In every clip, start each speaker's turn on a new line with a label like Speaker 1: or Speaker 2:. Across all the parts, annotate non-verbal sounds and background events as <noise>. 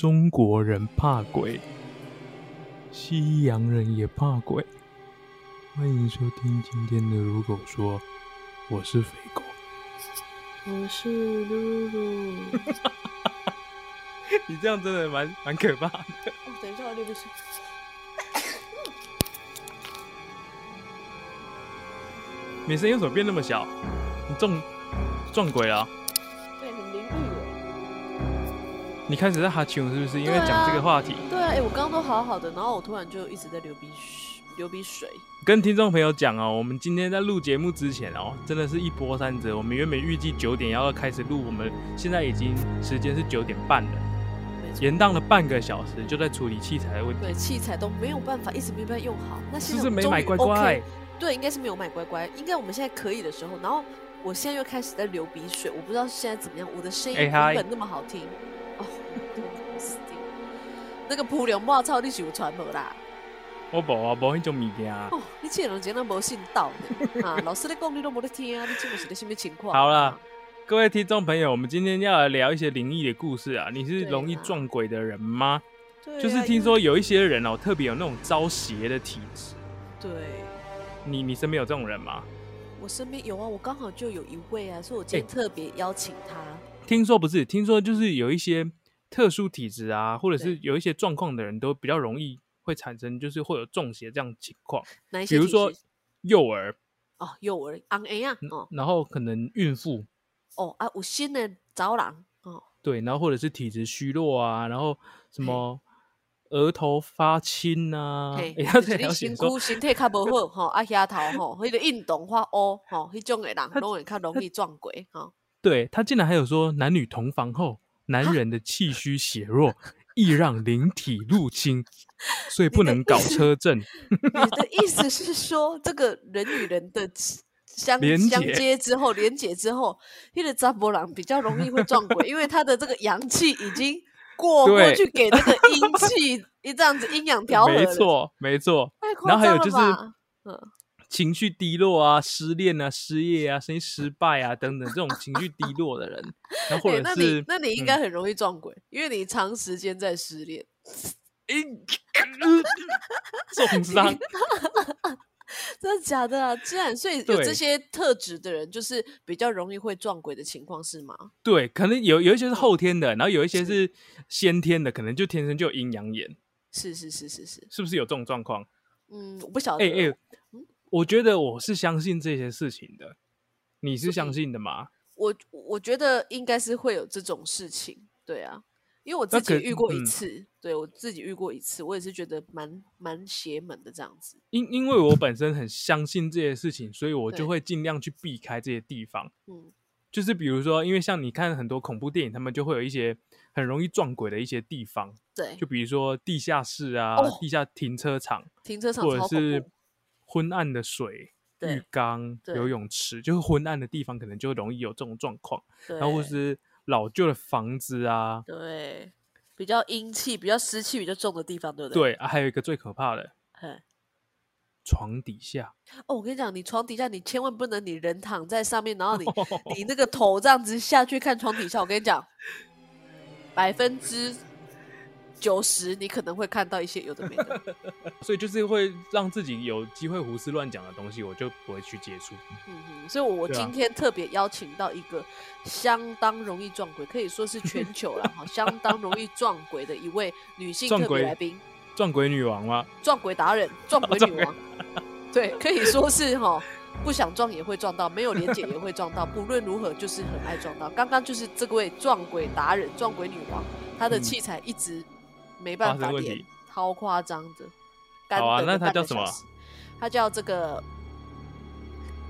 Speaker 1: 中国人怕鬼，西洋人也怕鬼。欢迎收听今天的《如狗说》，我是肥狗。
Speaker 2: 我是露 <laughs> 露。
Speaker 1: <laughs> 你这样真的蛮蛮可怕的。
Speaker 2: 哦，等一下，我流鼻水。
Speaker 1: 你声音怎么变那么小？你中撞鬼了啊、
Speaker 2: 对，很淋雨哦。
Speaker 1: 你开始在哈啾是不是？因为
Speaker 2: 对啊
Speaker 1: 讲这个话题，
Speaker 2: 对啊，哎、我刚刚都好好的，然后我突然就一直在流鼻水，流鼻水。
Speaker 1: 跟听众朋友讲哦，我们今天在录节目之前哦，真的是一波三折。我们原本预计九点要开始录，我们现在已经时间是九点半了，
Speaker 2: 没错，
Speaker 1: 延宕了半个小时，就在处理器材的问题。
Speaker 2: 对，器材都没有办法，一直没办法用好。那
Speaker 1: 是
Speaker 2: 现
Speaker 1: 不
Speaker 2: 在
Speaker 1: 是
Speaker 2: 我们
Speaker 1: 没
Speaker 2: 终
Speaker 1: 买
Speaker 2: 于
Speaker 1: 乖
Speaker 2: OK
Speaker 1: 乖？
Speaker 2: 对，应该是没有买乖乖，应该我们现在可以的时候，然后我现在又开始在流鼻水，我不知道现在怎么样，我的声音
Speaker 1: 哎
Speaker 2: 原
Speaker 1: 嗨
Speaker 2: 本那么好听，哦， <laughs> 我死定了那个普流帽操你是有传无啦？
Speaker 1: 我无啊，无迄种物件啊。
Speaker 2: 哦，你这个人真的没信道呢 <laughs> 啊！老师在讲你都没得听啊，你这个是在什么情况？啊
Speaker 1: 好啦，各位听众朋友，我们今天要来聊一些灵异的故事啊。你是
Speaker 2: 对
Speaker 1: 容易
Speaker 2: 啦
Speaker 1: 撞鬼的人吗？
Speaker 2: 对啊，
Speaker 1: 就是听说有一些人哦，特别有那种招邪的体质。
Speaker 2: 因为对。
Speaker 1: 你你身边有这种人吗？
Speaker 2: 我身边有啊，我刚好就有一位啊，所以我今
Speaker 1: 哎
Speaker 2: 天特别邀请他。
Speaker 1: 听说不是，听说就是有一些特殊体质啊，或者是有一些状况的人都比较容易会产生，就是会有中邪这样的情况。
Speaker 2: 哪一
Speaker 1: 比
Speaker 2: 些
Speaker 1: 如
Speaker 2: 体
Speaker 1: 说嗯
Speaker 2: 质
Speaker 1: 幼儿，
Speaker 2: 哦，幼儿昂 A 啊，哦
Speaker 1: 然后可能孕妇，
Speaker 2: 哦啊，有新的早郎哦，
Speaker 1: 对，然后或者是体质虚弱啊，然后什么额头发青啊，
Speaker 2: 嘿，
Speaker 1: 哎
Speaker 2: <laughs> 就
Speaker 1: 他
Speaker 2: 是
Speaker 1: 在
Speaker 2: 你
Speaker 1: 了
Speaker 2: 身
Speaker 1: 解说
Speaker 2: 躯身体较无
Speaker 1: <laughs>
Speaker 2: 好吼，啊遐头吼，迄个运动化乌吼，迄种的人拢会较容易撞鬼吼。
Speaker 1: 对他竟然还有说男女同房后，
Speaker 2: 啊
Speaker 1: 男人的气
Speaker 2: <laughs>
Speaker 1: 虚血弱易让灵体入侵，所以不
Speaker 2: 你的
Speaker 1: 能
Speaker 2: 意
Speaker 1: 搞
Speaker 2: 思
Speaker 1: 车震。
Speaker 2: 你的意思是说，这个人与人的之相
Speaker 1: 连
Speaker 2: 相
Speaker 1: 结
Speaker 2: 接之后，连接之后，那个扎波朗比较容易会撞鬼，因为他的这个阳气已经过过
Speaker 1: 对
Speaker 2: 去给那个阴气，一这样子阴阳 <laughs> 调和
Speaker 1: 没
Speaker 2: 了，
Speaker 1: 错，没错。
Speaker 2: 太
Speaker 1: 然
Speaker 2: 夸
Speaker 1: 后还有
Speaker 2: 张
Speaker 1: 就
Speaker 2: 了
Speaker 1: 是
Speaker 2: 吧？
Speaker 1: 情绪低落啊、失恋啊、失业啊、生意失败啊等等这种情绪低落的人，然后或
Speaker 2: 哎
Speaker 1: 者
Speaker 2: 那
Speaker 1: 是
Speaker 2: 你那你应
Speaker 1: 嗯
Speaker 2: 该很容易撞鬼，因为你长时间在失恋，
Speaker 1: 呃
Speaker 2: <laughs>
Speaker 1: 重伤，
Speaker 2: 真的假的啊？既然所以有
Speaker 1: 对
Speaker 2: 这些特质的人，就是比较容易会撞鬼的情况是吗？
Speaker 1: 对，可能有有一些是
Speaker 2: 嗯
Speaker 1: 后天的，然后有一些是先天的，可能就天生就有阴阳眼，
Speaker 2: 是是是是是，
Speaker 1: 是不是有这种状况？
Speaker 2: 嗯，我不晓得
Speaker 1: 哎
Speaker 2: 哦，
Speaker 1: 哎，我觉得我是相信这些事情的，你是相信的吗？
Speaker 2: 我我觉得应该是会有这种事情，对啊，因为我
Speaker 1: 那
Speaker 2: 自
Speaker 1: 可
Speaker 2: 己遇过一
Speaker 1: 嗯
Speaker 2: 次，对我自己遇过一次，我也是觉得蛮蛮邪门的这样子。
Speaker 1: 因因为我本身很相信这些事情，所以我就
Speaker 2: 对
Speaker 1: 会尽量去避开这些地方。
Speaker 2: 嗯，
Speaker 1: 就是比如说，因为像你看很多恐怖电影，他们就会有一些很容易撞鬼的一些地方，
Speaker 2: 对
Speaker 1: 就，比如说地下室啊、
Speaker 2: 哦
Speaker 1: 地下停车场，
Speaker 2: 停车场
Speaker 1: 或者
Speaker 2: 超恐
Speaker 1: 是
Speaker 2: 怖，
Speaker 1: 昏暗的水、浴
Speaker 2: 对
Speaker 1: 缸、
Speaker 2: 对
Speaker 1: 游泳池，就是昏暗的地方可能就容易有这种状况。
Speaker 2: 对，
Speaker 1: 然后或是老旧的房子啊，
Speaker 2: 对比较阴气、比较湿气比较重的地方，对不对？
Speaker 1: 对啊，还有一个最可怕的
Speaker 2: 对。
Speaker 1: 床底下， <laughs>
Speaker 2: 哦，我跟你讲，你床底下你千万不能，你人躺在上面，然
Speaker 1: <laughs>
Speaker 2: 后你你那个头这样子下去看床底下，我跟你讲，百分之九十你可能会看到一些有的没的。
Speaker 1: 所以就是会让自己有机会胡思乱讲的东西，我就不会去接触。
Speaker 2: 嗯哼，所以我，我
Speaker 1: 对啊
Speaker 2: 今天特别邀请到一个相当容易撞鬼，可以说是全球了
Speaker 1: <laughs>
Speaker 2: 哈，相当容易撞鬼的一位女性
Speaker 1: 撞
Speaker 2: 特别
Speaker 1: 鬼
Speaker 2: 来宾，
Speaker 1: 撞鬼女王吗？
Speaker 2: 撞鬼达人，撞
Speaker 1: <laughs>
Speaker 2: 鬼
Speaker 1: 撞
Speaker 2: 女
Speaker 1: 鬼
Speaker 2: 王，对，可以说是哈，不想撞也会撞到，没有连姐也会撞到，不论如何就是很爱撞到。刚刚就是这位撞鬼达人，撞鬼女王，她的
Speaker 1: 嗯
Speaker 2: 器材一直没
Speaker 1: 发
Speaker 2: 办法
Speaker 1: 生问
Speaker 2: 连
Speaker 1: 题，
Speaker 2: 超夸张的。干
Speaker 1: 好啊
Speaker 2: 等
Speaker 1: 那
Speaker 2: 个
Speaker 1: 她
Speaker 2: 半
Speaker 1: 叫
Speaker 2: 个
Speaker 1: 什
Speaker 2: 小
Speaker 1: 么
Speaker 2: 时？她叫这个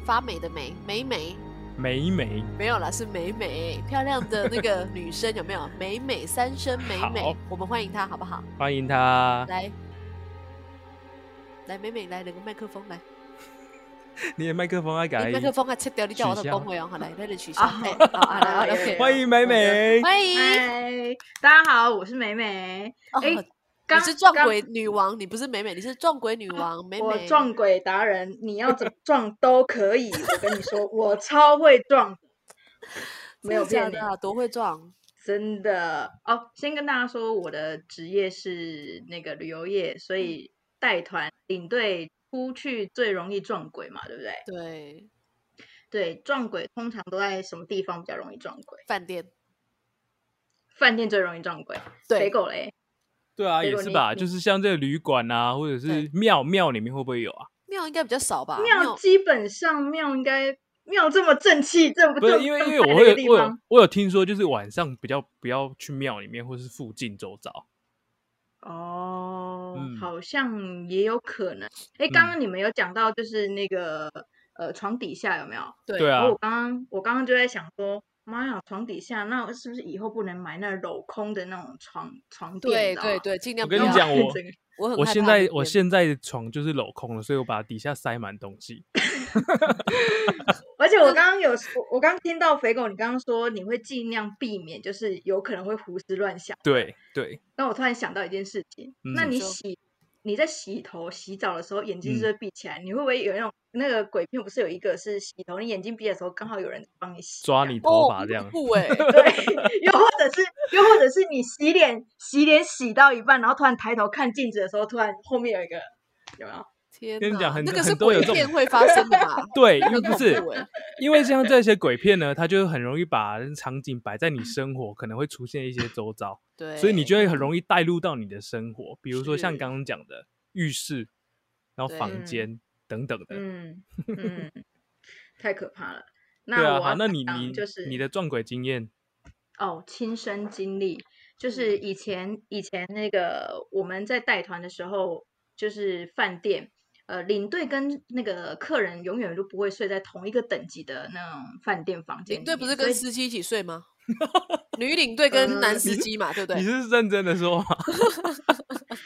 Speaker 2: 发霉的霉，霉霉。
Speaker 1: 美美
Speaker 2: 没有啦，是美美漂亮的那个女生有没
Speaker 1: <laughs>
Speaker 2: 有？美美三生美
Speaker 1: 好啊
Speaker 2: 美，我们欢迎她好不好？
Speaker 1: 欢迎她，
Speaker 2: 来，来美美来，两个麦克风来，
Speaker 1: 你的麦克风要改
Speaker 2: 你
Speaker 1: 一
Speaker 2: 麦克风啊切掉，你叫我的
Speaker 1: 取消
Speaker 2: 工会哦，好来，那就取消。
Speaker 3: 啊
Speaker 2: 哎好啊
Speaker 1: <laughs>
Speaker 2: 来好来，OK，
Speaker 1: 欢迎美美，
Speaker 2: 欢迎。
Speaker 3: 嗨，大家好，我是美美。
Speaker 2: 哦
Speaker 3: 哎
Speaker 2: 你
Speaker 3: 刚
Speaker 2: 是撞
Speaker 3: 刚
Speaker 2: 鬼女王，你不是美美，你是撞鬼女王美
Speaker 3: 我
Speaker 2: 美。
Speaker 3: 撞鬼达人，你要怎么撞都
Speaker 2: <laughs>
Speaker 3: 可以。我跟你说，我超会撞，没有
Speaker 2: 真的假
Speaker 3: 骗你
Speaker 2: 的，啊，多会撞。
Speaker 3: 真的哦。先跟大家说，我的职业是那个旅游业，所以
Speaker 2: 嗯
Speaker 3: 带团领队出去最容易撞鬼嘛，对不对？
Speaker 2: 对，
Speaker 3: 对，撞鬼通常都在什么地方比较容易撞鬼？
Speaker 2: 饭店，
Speaker 3: 饭店最容易撞鬼，
Speaker 2: 对
Speaker 3: 水，狗嘞？
Speaker 1: 对啊，
Speaker 3: 结
Speaker 1: 也
Speaker 3: 果
Speaker 1: 是
Speaker 3: 你
Speaker 1: 吧，
Speaker 3: 你
Speaker 1: 就是像这个旅馆啊，或者是
Speaker 2: 对
Speaker 1: 庙庙里面会不会有啊？
Speaker 2: 庙应该比较少吧？
Speaker 3: 庙基本上庙应该庙这么正气，这不
Speaker 1: 不
Speaker 3: 就是
Speaker 1: 因为
Speaker 3: 这么
Speaker 1: 因为我
Speaker 3: 在
Speaker 1: 会
Speaker 3: 那个
Speaker 1: 有
Speaker 3: 地
Speaker 1: 我有
Speaker 3: 方
Speaker 1: 我有听说，就是晚上比较不要去庙里面或是附近周遭。
Speaker 3: 哦，
Speaker 1: 嗯
Speaker 3: 好像也有可能。哎，刚
Speaker 1: 嗯
Speaker 3: 刚你们有讲到就是那个呃床底下有没有？
Speaker 2: 对
Speaker 1: 对
Speaker 3: 然
Speaker 1: 啊
Speaker 3: 后我，刚刚我刚刚就在想说，妈呀，床底下那是不是以后不能买那镂空的那种床床垫？
Speaker 2: 对
Speaker 3: 你知道
Speaker 2: 对
Speaker 3: 吗，
Speaker 2: 对，尽量
Speaker 1: 我
Speaker 2: 不
Speaker 1: 跟你
Speaker 2: 要
Speaker 1: 讲
Speaker 2: 买
Speaker 1: 我
Speaker 3: 整个
Speaker 2: 我很
Speaker 1: 我
Speaker 2: 害
Speaker 1: 现
Speaker 2: 怕
Speaker 1: 在
Speaker 2: 那
Speaker 1: 我
Speaker 2: 边
Speaker 1: 现在的床就是镂空了，所以我把底下塞满东西。
Speaker 3: 而且我刚刚有说，我刚听到肥狗，你刚刚说你会尽量避免，就是有可能会胡思乱想。
Speaker 1: 对对，
Speaker 3: 那我突然想到一件事情，那
Speaker 1: 嗯
Speaker 3: 你
Speaker 2: 说
Speaker 3: 洗你在洗头、洗澡的时候，眼睛是
Speaker 1: 嗯
Speaker 3: 会闭起来，你会不会有那种那个鬼片？不是有一个是洗头，你眼睛闭的时候，刚好有人帮你洗
Speaker 1: 抓
Speaker 3: 这样
Speaker 1: 你头
Speaker 2: 哦
Speaker 1: 发这
Speaker 3: <laughs>
Speaker 1: 样。
Speaker 2: 不哎，
Speaker 3: 对，又或者是又或者是你洗脸洗脸洗到一半，然后突然抬头看镜子的时候，突然后面有一个有没
Speaker 1: 呃
Speaker 3: 有？
Speaker 2: 天
Speaker 1: 跟你讲
Speaker 2: 哪
Speaker 1: 很
Speaker 2: 那
Speaker 1: 多
Speaker 2: 个
Speaker 1: 很
Speaker 2: 是
Speaker 1: 多有
Speaker 2: 鬼
Speaker 1: 这种
Speaker 2: 片会发生的吧？
Speaker 1: 对， <laughs> 因为不
Speaker 2: 很
Speaker 1: 是
Speaker 2: 恐怖
Speaker 3: <laughs>
Speaker 2: 欸
Speaker 1: 因为像这些鬼片呢，它就很容易把场景摆在你生活可能会出现一些周遭，
Speaker 2: 对，
Speaker 1: 所以你就会很容易带入到你的生活，比如说像
Speaker 2: 是
Speaker 1: 刚刚讲的浴室，然后
Speaker 2: 对
Speaker 1: 房
Speaker 3: 嗯
Speaker 1: 间等等的。
Speaker 3: 嗯
Speaker 1: <laughs>
Speaker 3: 嗯，太可怕了。那
Speaker 1: 对啊，
Speaker 3: 我
Speaker 1: 好，
Speaker 3: 要
Speaker 1: 那你
Speaker 3: 讲
Speaker 1: 你
Speaker 3: 就是
Speaker 1: 你的撞鬼经验，
Speaker 3: 哦，亲身经历
Speaker 2: 嗯
Speaker 3: 就是以前以前那个我们在带团的时候，就是饭店，呃，领队跟那个客人永远都不会睡在同一个等级的那种饭店房间里面。
Speaker 2: 领队不是
Speaker 3: 所
Speaker 2: 跟
Speaker 3: 以
Speaker 2: 司机一起
Speaker 1: <laughs>
Speaker 2: 睡吗？女领队
Speaker 3: 嗯
Speaker 2: 跟男司机嘛，对不
Speaker 1: 你
Speaker 2: 对？
Speaker 1: 是认真的说吗？ <laughs>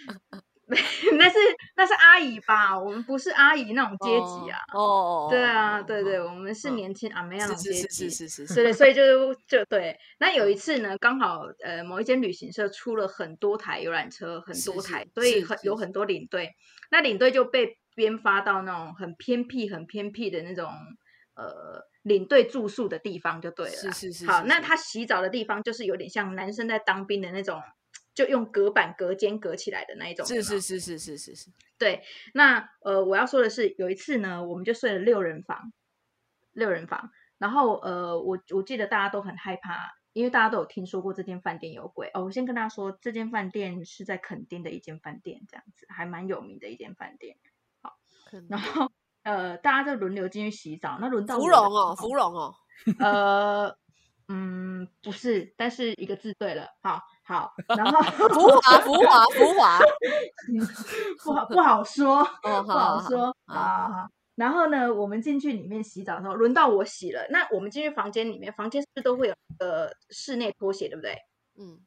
Speaker 3: 那是那是阿姨吧？我们不是阿姨那种阶级啊。
Speaker 2: 哦，哦，哦
Speaker 3: 对啊，
Speaker 2: 哦
Speaker 3: 对
Speaker 2: 哦
Speaker 3: 对，
Speaker 2: 哦
Speaker 3: 我们是
Speaker 2: 嗯
Speaker 3: 年轻阿妹那种
Speaker 2: 是
Speaker 3: 阶
Speaker 2: 是
Speaker 3: 级。
Speaker 2: 是是是是，
Speaker 3: 对对，所以就就对。那有一次呢，刚好呃某一间旅行社出了很多台游览车，很
Speaker 2: 是
Speaker 3: 多
Speaker 2: 是
Speaker 3: 台，所以
Speaker 2: 是
Speaker 3: 很
Speaker 2: 是
Speaker 3: 有
Speaker 2: 是
Speaker 3: 很多领队。那领队就被编发到那种很偏僻、很偏僻的那种呃领队住宿的地方就对了啦。
Speaker 2: 是是是。
Speaker 3: 好，
Speaker 2: 是
Speaker 3: 那
Speaker 2: 是
Speaker 3: 他洗澡的地方就是有点像男生在当兵的那种，就用隔板隔间隔起来的那一种。有
Speaker 2: 是
Speaker 3: 没有
Speaker 2: 是是是是是是，
Speaker 3: 对，那呃，我要说的是，有一次呢，我们就睡了六人房，六人房。然后呃，我我记得大家都很害怕，因为大家都有听说过这间饭店有鬼哦。我先跟大家说，这间饭店是在垦丁的一间饭店，这样子还蛮有名的一间饭店。
Speaker 2: 肯
Speaker 3: 然后呃，大家就轮流进去洗澡，那轮到
Speaker 2: 芙
Speaker 3: 我的
Speaker 2: 蓉
Speaker 3: 时
Speaker 2: 哦，
Speaker 3: 候
Speaker 2: 芙蓉
Speaker 3: <laughs>
Speaker 2: 哦，
Speaker 3: 呃，嗯，不是，但是一个字对了，好好，然后
Speaker 2: 浮华浮华浮华，
Speaker 3: <laughs> 不好不好说，
Speaker 2: 哦，
Speaker 3: 不
Speaker 2: 好
Speaker 3: 好
Speaker 2: 好，
Speaker 3: 说
Speaker 2: 好
Speaker 3: 啊。然后呢，我们进去里面洗澡的时候，轮到我洗了。那我们进去房间里面，房间是不是都会有呃室内拖鞋，对不对？
Speaker 2: 嗯，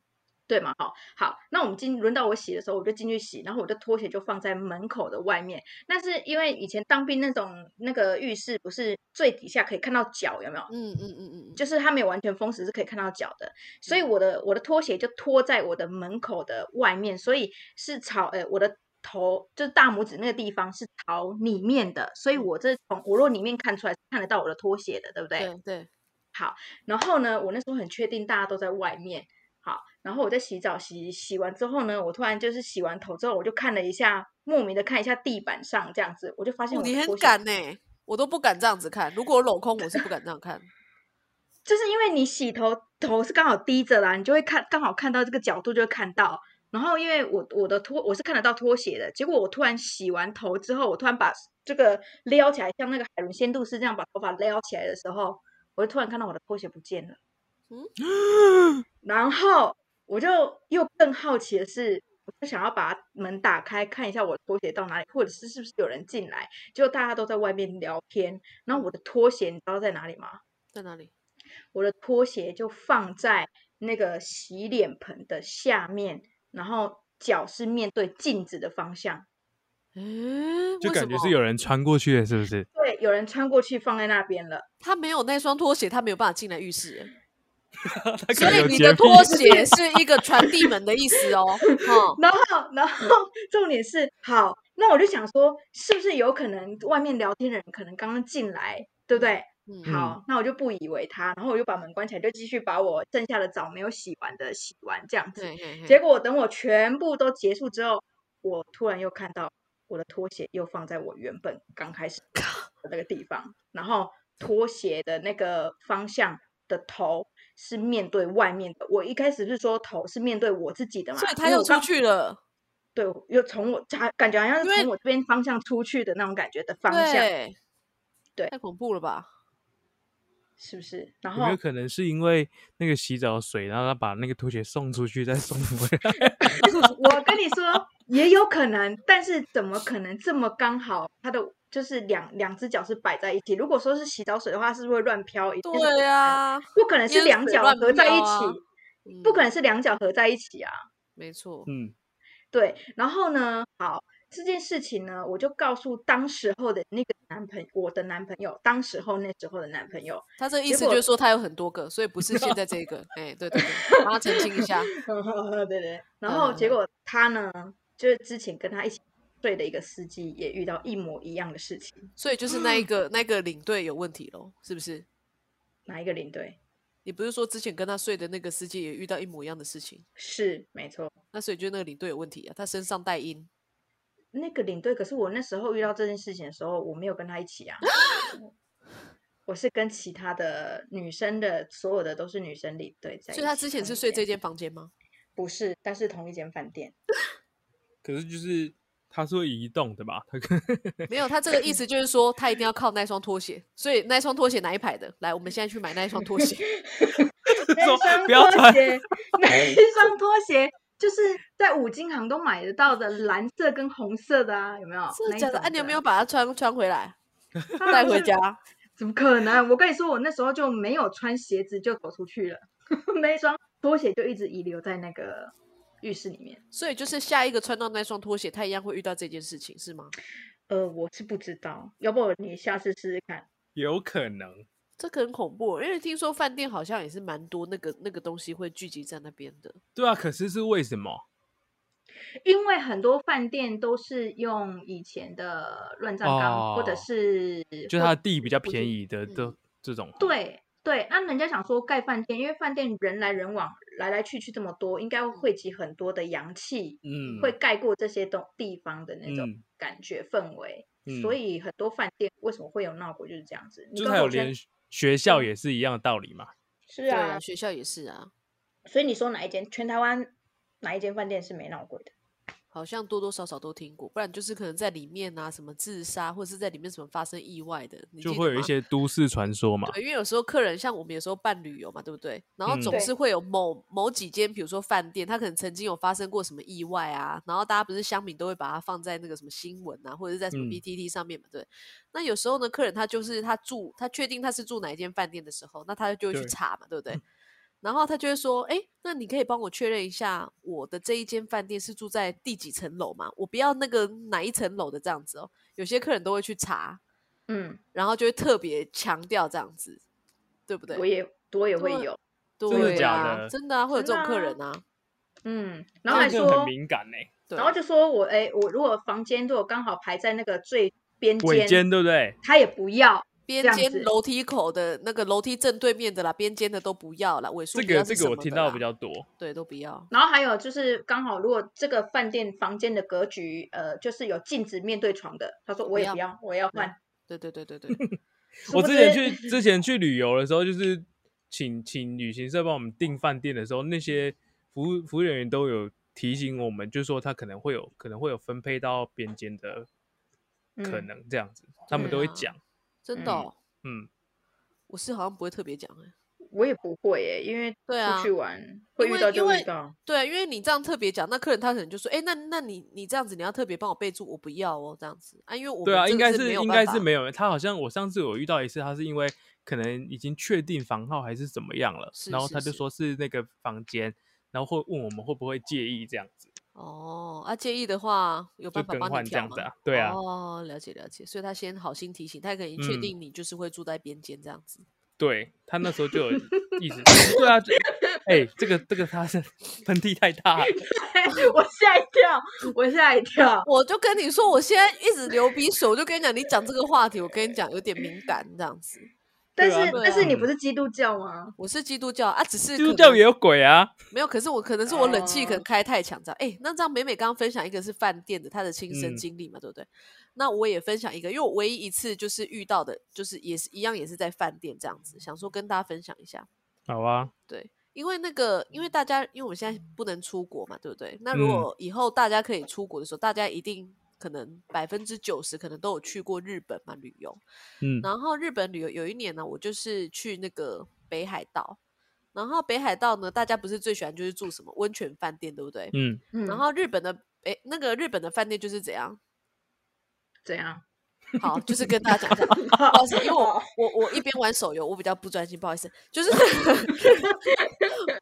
Speaker 3: 对嘛，好，好，那我们进轮到我洗的时候，我就进去洗，然后我的拖鞋就放在门口的外面。那是因为以前当兵那种那个浴室不是最底下可以看到脚，有没有？
Speaker 2: 嗯嗯嗯嗯，
Speaker 3: 就是它没有完全封死，是可以看到脚的。所以我的我的拖鞋就拖在我的门口的外面，所以是朝呃我的头就是大拇指那个地方是朝里面的，所以
Speaker 2: 嗯
Speaker 3: 我这从我若里面看出来是看得到我的拖鞋的，对不对？
Speaker 2: 对对，哦
Speaker 3: 然后呢，我那时候很确定大家都在外面。好，然后我在洗澡洗洗完之后呢，我突然就是洗完头之后，我就看了一下，莫名的看一下地板上这样子，我就发现
Speaker 2: 哦
Speaker 3: 我的
Speaker 2: 你
Speaker 3: 拖
Speaker 2: 很
Speaker 3: 鞋
Speaker 2: 敢呢，我都不敢这样子看，如果我镂空，我是不敢这样看，
Speaker 3: 就是因为你洗头头是刚好低着啦，你就会看刚好看到这个角度就会看到。然后因为我我的拖我是看得到拖鞋的，结果我突然洗完头之后，我突然把这个撩起来，像那个海伦仙度是这样把头发撩起来的时候，我就突然看到我的拖鞋不见了。
Speaker 2: 嗯，
Speaker 3: 然后我就又更好奇的是，我就想要把门打开看一下我的拖鞋到哪里，或者是是不是有人进来。结果大家都在外面聊天，然后我的拖鞋你知道在哪里吗？
Speaker 2: 在哪里？
Speaker 3: 我的拖鞋就放在那个洗脸盆的下面，然后脚是面对镜子的方向。
Speaker 2: 诶，
Speaker 1: 就
Speaker 2: 为什
Speaker 1: 感觉
Speaker 2: 么
Speaker 1: 是有人穿过去的，是不 <laughs> 是？
Speaker 3: 对，有人穿过去放在那边了。
Speaker 2: 他没有那双拖鞋，他没有办法进来浴室欸。
Speaker 1: 他可
Speaker 2: 所
Speaker 1: 能有
Speaker 2: 以你
Speaker 1: 洁
Speaker 2: 的
Speaker 1: 癖
Speaker 2: 拖鞋是一个传递门的意思
Speaker 3: <laughs>
Speaker 2: 哦。哦，
Speaker 3: 然后，然后 <laughs> 重点是，好，那我就想说，是不是有可能外面聊天的人可能刚刚进来，对不对？
Speaker 2: 嗯
Speaker 3: 好，那我就不以为他，然后我就把门关起来，就继续把我剩下的澡没有洗完的洗完这样子。
Speaker 2: 对对
Speaker 3: 结
Speaker 2: 对，
Speaker 3: 果等我全部都结束之后，我突然又看到我的拖鞋又放在我原本刚开始的那个地方，然后拖鞋的那个方向的头是面对外面的。我一开始是说头是面对我自己的嘛，
Speaker 2: 所以
Speaker 3: 因
Speaker 2: 他
Speaker 3: 为
Speaker 2: 又
Speaker 3: 我
Speaker 2: 出
Speaker 3: 刚
Speaker 2: 去了，
Speaker 3: 对，又从我家感觉好像
Speaker 2: 因
Speaker 3: 是
Speaker 2: 为
Speaker 3: 从我这边方向出去的那种感觉的方向，
Speaker 2: 对，
Speaker 3: 对
Speaker 2: 太恐怖了吧？
Speaker 3: 是不是？然
Speaker 1: 有没
Speaker 3: 后
Speaker 1: 有可能是因为那个洗澡水，然后他把那个拖鞋送出去，再送回来？
Speaker 3: 我跟你说，也有可能，但是怎么可能这么刚好？它的就是两两只脚是摆在一起。如果说是洗澡水的话，是不是会乱飘？一定是不可
Speaker 2: 对
Speaker 3: 能
Speaker 2: 呀、
Speaker 3: 不可能是
Speaker 2: 淹
Speaker 3: 两
Speaker 2: 水
Speaker 3: 脚
Speaker 2: 乱
Speaker 3: 合在一
Speaker 2: 飘
Speaker 3: 起，
Speaker 2: 啊
Speaker 3: 不可
Speaker 2: 嗯，
Speaker 3: 能是两脚合在一起啊。
Speaker 2: 没错，
Speaker 1: <laughs> 嗯，
Speaker 3: 对，然后呢，好，这件事情呢，我就告诉当时候的那个男朋友，我的男朋友，当时候那时候的男
Speaker 2: <laughs>
Speaker 3: 朋友，
Speaker 2: 他这个意
Speaker 3: 结
Speaker 2: 思就
Speaker 3: 果
Speaker 2: 是说他有很多个，所以不是现在这一个。哎、对对对，帮他澄清一下。
Speaker 3: 对对。然后结
Speaker 2: 嗯
Speaker 3: 果他呢，就是之前跟他一起睡的一个司机，也遇到一模一样的事情。
Speaker 2: 所以就是那一个那个领队有问题喽，是不是？
Speaker 3: 哪一个领队？
Speaker 2: 你不是说之前跟他睡的那个司机也遇到一模一样的事情？
Speaker 3: 是，没错，
Speaker 2: 那所以就那个领队有问题啊，他身上带阴。
Speaker 3: 那个领队。可是我那时候遇到这件事情的时候，我没有跟他一
Speaker 2: <gasps>
Speaker 3: 起啊，我是跟其他的女生的，所有的都是女生领队在一起。
Speaker 2: 所以他之前
Speaker 3: 同
Speaker 2: 是
Speaker 3: 一
Speaker 2: 睡这
Speaker 3: 间，
Speaker 2: 间房间吗？
Speaker 3: 不是，但是同一间
Speaker 2: <laughs>
Speaker 3: 饭店。
Speaker 1: 可是就是它是会移动的吧？它可 <laughs>
Speaker 2: 没有，他这个意思就是说他一定要靠那双拖鞋，所以那双拖鞋哪一排的？来，我们现在去买那一双拖
Speaker 3: <laughs>
Speaker 2: 鞋。
Speaker 3: 那
Speaker 1: 说
Speaker 3: 一双
Speaker 1: 不要
Speaker 3: 拖
Speaker 1: 穿
Speaker 3: 鞋，
Speaker 2: <laughs>
Speaker 3: 那一双拖鞋就是在五金行都买得到的，蓝色跟红色的啊，有没有？
Speaker 2: 真
Speaker 3: 那
Speaker 2: 的
Speaker 3: 一
Speaker 2: 假的？
Speaker 3: 种
Speaker 2: 啊，你有没有把它穿穿回
Speaker 3: <laughs>
Speaker 2: 来，带回？
Speaker 3: 啊
Speaker 2: 家？
Speaker 3: 怎么可能？我跟你说，我那时候就没有穿鞋子就走出去了， <laughs> 那一双拖鞋就一直遗留在那个浴室里面。
Speaker 2: 所以就是下一个穿到那双拖鞋，他一样会遇到这件事情，是吗？
Speaker 3: 呃，我是不知道，要不你下次试试看。
Speaker 1: 有可能。
Speaker 2: 这个很恐怖，因为听说饭店好像也是蛮多那个那个东西会聚集在那边的。
Speaker 1: 对啊，可是是为什么？
Speaker 3: 因为很多饭店都是用以前的乱葬岗，或者
Speaker 1: 哦
Speaker 3: 是
Speaker 1: 就
Speaker 3: 或
Speaker 1: 它的地比较
Speaker 3: 不是
Speaker 1: 便宜的
Speaker 2: 嗯
Speaker 1: 这这种。，
Speaker 3: 对对，那、人家想说盖饭店，因为饭店人来人往，来来去去这么多，应该会汇集很多的阳气，
Speaker 1: 嗯，
Speaker 3: 会盖过这些东地方的那种
Speaker 1: 嗯
Speaker 3: 感觉氛围。所
Speaker 1: 嗯
Speaker 3: 以很多饭店为什么会有闹鬼，就是这样子。你
Speaker 1: 就是
Speaker 3: 跟
Speaker 1: 还有
Speaker 3: 我先
Speaker 1: 连学校也是一样的道理嘛。
Speaker 3: 是
Speaker 2: 对
Speaker 3: 啊，
Speaker 2: 学校也是啊，
Speaker 3: 所以你说哪一间全台湾哪一间饭店是没闹鬼的？
Speaker 2: 好像多多少少都听过，不然就是可能在里面啊，什么自杀，或者是在里面什么发生意外的，你
Speaker 1: 就
Speaker 2: 记得
Speaker 1: 会有一
Speaker 2: 吗。
Speaker 1: 些都市传说嘛。
Speaker 2: 对，因为有时候客人像我们有时候办旅游嘛，对不对？然后
Speaker 1: 嗯
Speaker 2: 总
Speaker 3: 对
Speaker 2: 是会有某某几间，比如说饭店，它可能曾经有发生过什么意外啊，然后大家不是乡民都会把它放在那个什么新闻啊，或者是在什么
Speaker 1: 嗯
Speaker 2: PTT 上面嘛，对。那有时候呢，客人他就是他住，他确定他是住哪一间饭店的时候，那他就会去
Speaker 1: 对嗯
Speaker 2: 查嘛，对不对？ <laughs> 然后他就会说：“哎，那你可以帮我确认一下，我的这一间饭店是住在第几层楼嘛？我不要那个哪一层楼的这样子哦。”有些客人都会去查，
Speaker 3: 嗯，
Speaker 2: 然后就会特别强调这样子，对不对？
Speaker 3: 我也我也会
Speaker 1: 啊
Speaker 2: 对
Speaker 3: 有，
Speaker 2: 对
Speaker 1: 真的假
Speaker 2: 啊
Speaker 1: 的
Speaker 2: 真的啊，会有这
Speaker 3: 真
Speaker 2: 种
Speaker 3: 的
Speaker 2: 客
Speaker 3: 啊
Speaker 2: 人啊。
Speaker 3: 嗯，
Speaker 1: 这
Speaker 3: 然后还
Speaker 1: 个真的
Speaker 3: 说
Speaker 1: 很敏感呢、欸
Speaker 2: 对，
Speaker 3: 然后就说我哎、我如果房间如果刚好排在那个最边
Speaker 1: 尾
Speaker 3: 间，
Speaker 1: 尖对不对？
Speaker 3: 他也不要。这
Speaker 2: 边
Speaker 3: 样
Speaker 2: 间
Speaker 3: 子
Speaker 2: 楼梯口的那个楼梯正对面的啦，边间的都不要啦，尾数
Speaker 1: 这
Speaker 2: 不要
Speaker 1: 个
Speaker 2: 是
Speaker 1: 这
Speaker 2: 什
Speaker 1: 个我
Speaker 2: 么
Speaker 1: 听
Speaker 2: 的
Speaker 1: 到
Speaker 2: 啦
Speaker 1: 比较多。
Speaker 2: 对都不要。
Speaker 3: 然后还有就是刚好如果这个饭店房间的格局，呃，就是有镜子面对床的，他说我也
Speaker 2: 要
Speaker 3: 不要，我也要
Speaker 2: 对
Speaker 3: 换。
Speaker 2: 对对对对
Speaker 3: <laughs>
Speaker 2: 对，
Speaker 3: 殊
Speaker 1: 我
Speaker 3: 不
Speaker 1: 之前
Speaker 3: 知
Speaker 1: 去之前去旅游的时候，就是请请旅行社帮我们订饭店的时候，那些服务服务人员都有提醒我们，就说他可能会有可能会有分配到边间的可
Speaker 3: 嗯
Speaker 1: 能这样子，他们
Speaker 2: 对
Speaker 1: 都会
Speaker 2: 啊
Speaker 1: 讲。
Speaker 2: 真的
Speaker 3: 嗯
Speaker 2: 哦、
Speaker 1: 嗯，
Speaker 2: 我是好像不会特别讲哎、
Speaker 3: 我也不会耶，因为
Speaker 2: 对啊
Speaker 3: 出去玩会
Speaker 2: 因
Speaker 3: 遇
Speaker 2: 为
Speaker 3: 到
Speaker 2: 因
Speaker 3: 就
Speaker 2: 为
Speaker 3: 遇到。 <laughs>
Speaker 2: 对啊，因为你这样特别讲，那客人他可能就说，哎、那那你你这样子，你要特别帮我备注，我不要哦，这样子啊，因为我
Speaker 1: 对
Speaker 2: 们
Speaker 1: 啊，
Speaker 2: 这
Speaker 1: 应
Speaker 2: 个
Speaker 1: 该
Speaker 2: 是没有
Speaker 1: 应
Speaker 2: 办
Speaker 1: 该
Speaker 2: 法
Speaker 1: 是没有。他好像我上次有遇到一次，他是因为可能已经确定房号还是怎么样了，
Speaker 2: 是
Speaker 1: 然后
Speaker 2: 是
Speaker 1: 他就是说是那个房间，然后会问我们会不会介意这样子，
Speaker 2: 哦啊，介意的话有
Speaker 1: 就
Speaker 2: 办法
Speaker 1: 更
Speaker 2: 帮
Speaker 1: 换
Speaker 2: 你
Speaker 1: 这
Speaker 2: 调
Speaker 1: 样
Speaker 2: 吗
Speaker 1: 子？啊。对啊，
Speaker 2: 哦，了解了解，所以他先好心提醒，他可能确
Speaker 1: 嗯
Speaker 2: 定你就是会住在边间这样子。
Speaker 1: 对他那时候就有意识，对啊，就哎、这个这个他是喷嚏太大了，
Speaker 3: 我吓一跳，我吓一跳。
Speaker 2: 我就跟你说，我现在一直流鼻水，我就跟你讲，你讲这个话题，我跟你讲有点敏感这样子。
Speaker 3: 但
Speaker 1: 对啊
Speaker 3: 是、
Speaker 2: 对
Speaker 3: 但是你
Speaker 1: 啊
Speaker 3: 不是基督教吗？
Speaker 2: 我是基督教啊，只是
Speaker 1: 基督
Speaker 2: 可
Speaker 1: 教
Speaker 2: 能
Speaker 1: 也有鬼啊，
Speaker 2: 没有，可是我可能是我冷气可能
Speaker 3: 哦
Speaker 2: 开太强，这样。哎、那这样美美刚刚分享一个是饭店的她的亲身
Speaker 1: 嗯
Speaker 2: 经历嘛，对不对？那我也分享一个，因为我唯一一次就是遇到的，就是也是一样，也是在饭店这样子，想说跟大家分享一下。
Speaker 1: 好啊，
Speaker 2: 对，因为那个，因为大家，因为我们现在不能出国嘛，对不对？那如
Speaker 1: 嗯
Speaker 2: 果以后大家可以出国的时候，大家一定可能百分之九十可能都有去过日本嘛旅游。
Speaker 1: 嗯
Speaker 2: 然后日本旅游有一年呢，我就是去那个北海道，然后北海道呢，大家不是最喜欢就是住什么温泉饭店，对不对？
Speaker 1: 嗯，
Speaker 3: 嗯，
Speaker 2: 然后日本的诶，那个日本的饭店就是怎样？
Speaker 3: 怎样？
Speaker 2: 好，
Speaker 1: <laughs>
Speaker 2: 就是跟大家讲一下，不好意思，因为我我我一边玩手游，我比较不专心，不好意思，就是 <laughs>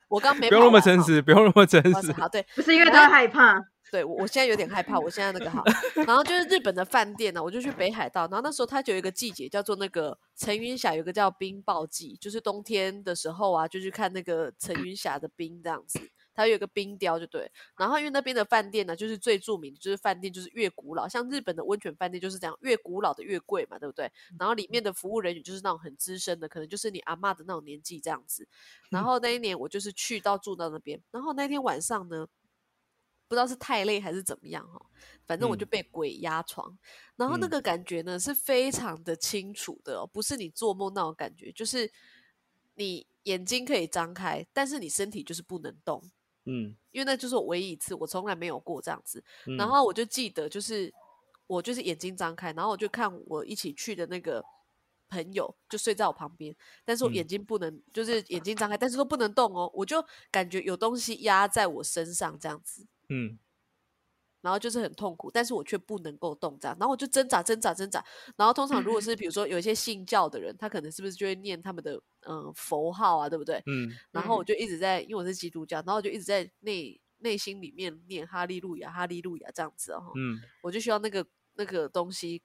Speaker 2: 我刚没
Speaker 1: 不用那
Speaker 2: 跑
Speaker 1: 么
Speaker 2: 完
Speaker 1: 诚
Speaker 2: 哈，
Speaker 1: 实，不用那么诚
Speaker 2: 不好意思
Speaker 1: 实，
Speaker 2: 好，对，
Speaker 3: <laughs> 不是因为他害怕，
Speaker 2: 对我，我现在有点害怕。我现在那个好，然后就是日本的饭店呢，我就去北海道，然后那时候它就有一个季节叫做那个层云峡，有一个叫冰雹季，就是冬天的时候啊，就去看那个层云峡的冰这样子，它有一个冰雕就对。然后因为那边的饭店呢，就是最著名的，就是饭店就是越古老，像日本的温泉饭店就是这样，越古老的越贵嘛，对不对？
Speaker 1: 嗯
Speaker 2: 然后里面的服务人员就是那种很资深的，可能就是你阿嬷的那种年纪这样子。
Speaker 1: 嗯
Speaker 2: 然后那一年我就是去到住到那边，然后那天晚上呢，不知道是太累还是怎么样哈、哦，反正我就
Speaker 1: 嗯
Speaker 2: 被鬼压床，然后那
Speaker 1: 嗯
Speaker 2: 个感觉呢是非常的清楚的、哦，不是你做梦那种感觉，就是你眼睛可以张开，但是你身体就是不能动，
Speaker 1: 嗯，
Speaker 2: 因为那就是我唯一一次，我从来没有过这样子。
Speaker 1: 嗯
Speaker 2: 然后我就记得，就是我就是眼睛张开，然后我就看我一起去的那个朋友就睡在我旁边，但是我
Speaker 1: 嗯
Speaker 2: 眼睛不能，就是眼睛张开，但是都不能动哦，我就感觉有东西压在我身上这样子，
Speaker 1: 嗯
Speaker 2: 然后就是很痛苦，但是我却不能够动这样，然后我就挣扎挣扎挣扎，然后通常如果
Speaker 1: <clears throat>
Speaker 2: 是比如说有一些信教的人，他可能是不是就会念他们的嗯、呃佛号啊，对不对？
Speaker 1: 嗯
Speaker 2: 然后我
Speaker 3: 嗯
Speaker 2: 就一直在，因为我是基督教，然后我就一直在内内心里面念哈利路亚，哈利路亚这样子哦，
Speaker 1: 嗯，
Speaker 2: 我就需要那个那个东西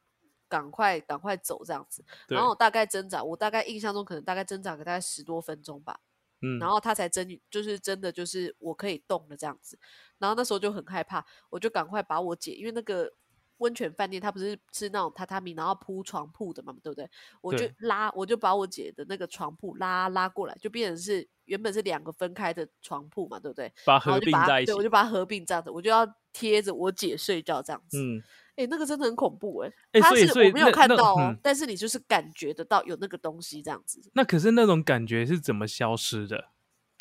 Speaker 2: 赶快赶快走这样子。
Speaker 1: 对
Speaker 2: 然，后我大概挣扎，我大概印象中可能大概挣扎个大概十多分钟吧，
Speaker 1: 嗯，
Speaker 2: 然后他才真就是真的就是我可以动了这样子。然后那时候就很害怕，我就赶快把我姐，因为那个。温泉饭店，它不是是那种榻榻米，然后铺床铺的嘛，对不对？我就
Speaker 1: 对
Speaker 2: 拉，我就把我姐的那个床铺拉拉过来，就变成是原本是两个分开的床铺嘛，对不对？
Speaker 1: 把
Speaker 2: 然后
Speaker 1: 合
Speaker 2: 就
Speaker 1: 并
Speaker 2: 把它
Speaker 1: 在一起
Speaker 2: 对，我，就把它合并这样子，我就要贴着我姐睡觉这样子。
Speaker 1: 嗯，
Speaker 2: 哎、那个真的很恐怖哎、
Speaker 1: 哎
Speaker 2: 它
Speaker 1: 所以
Speaker 2: 是
Speaker 1: 所以
Speaker 2: 我没有
Speaker 1: 那
Speaker 2: 看
Speaker 1: 那
Speaker 2: 到哦、
Speaker 1: 嗯
Speaker 2: 但是你就是感觉得到有那个东西这样子。
Speaker 1: 那可是那种感觉是怎么消失的？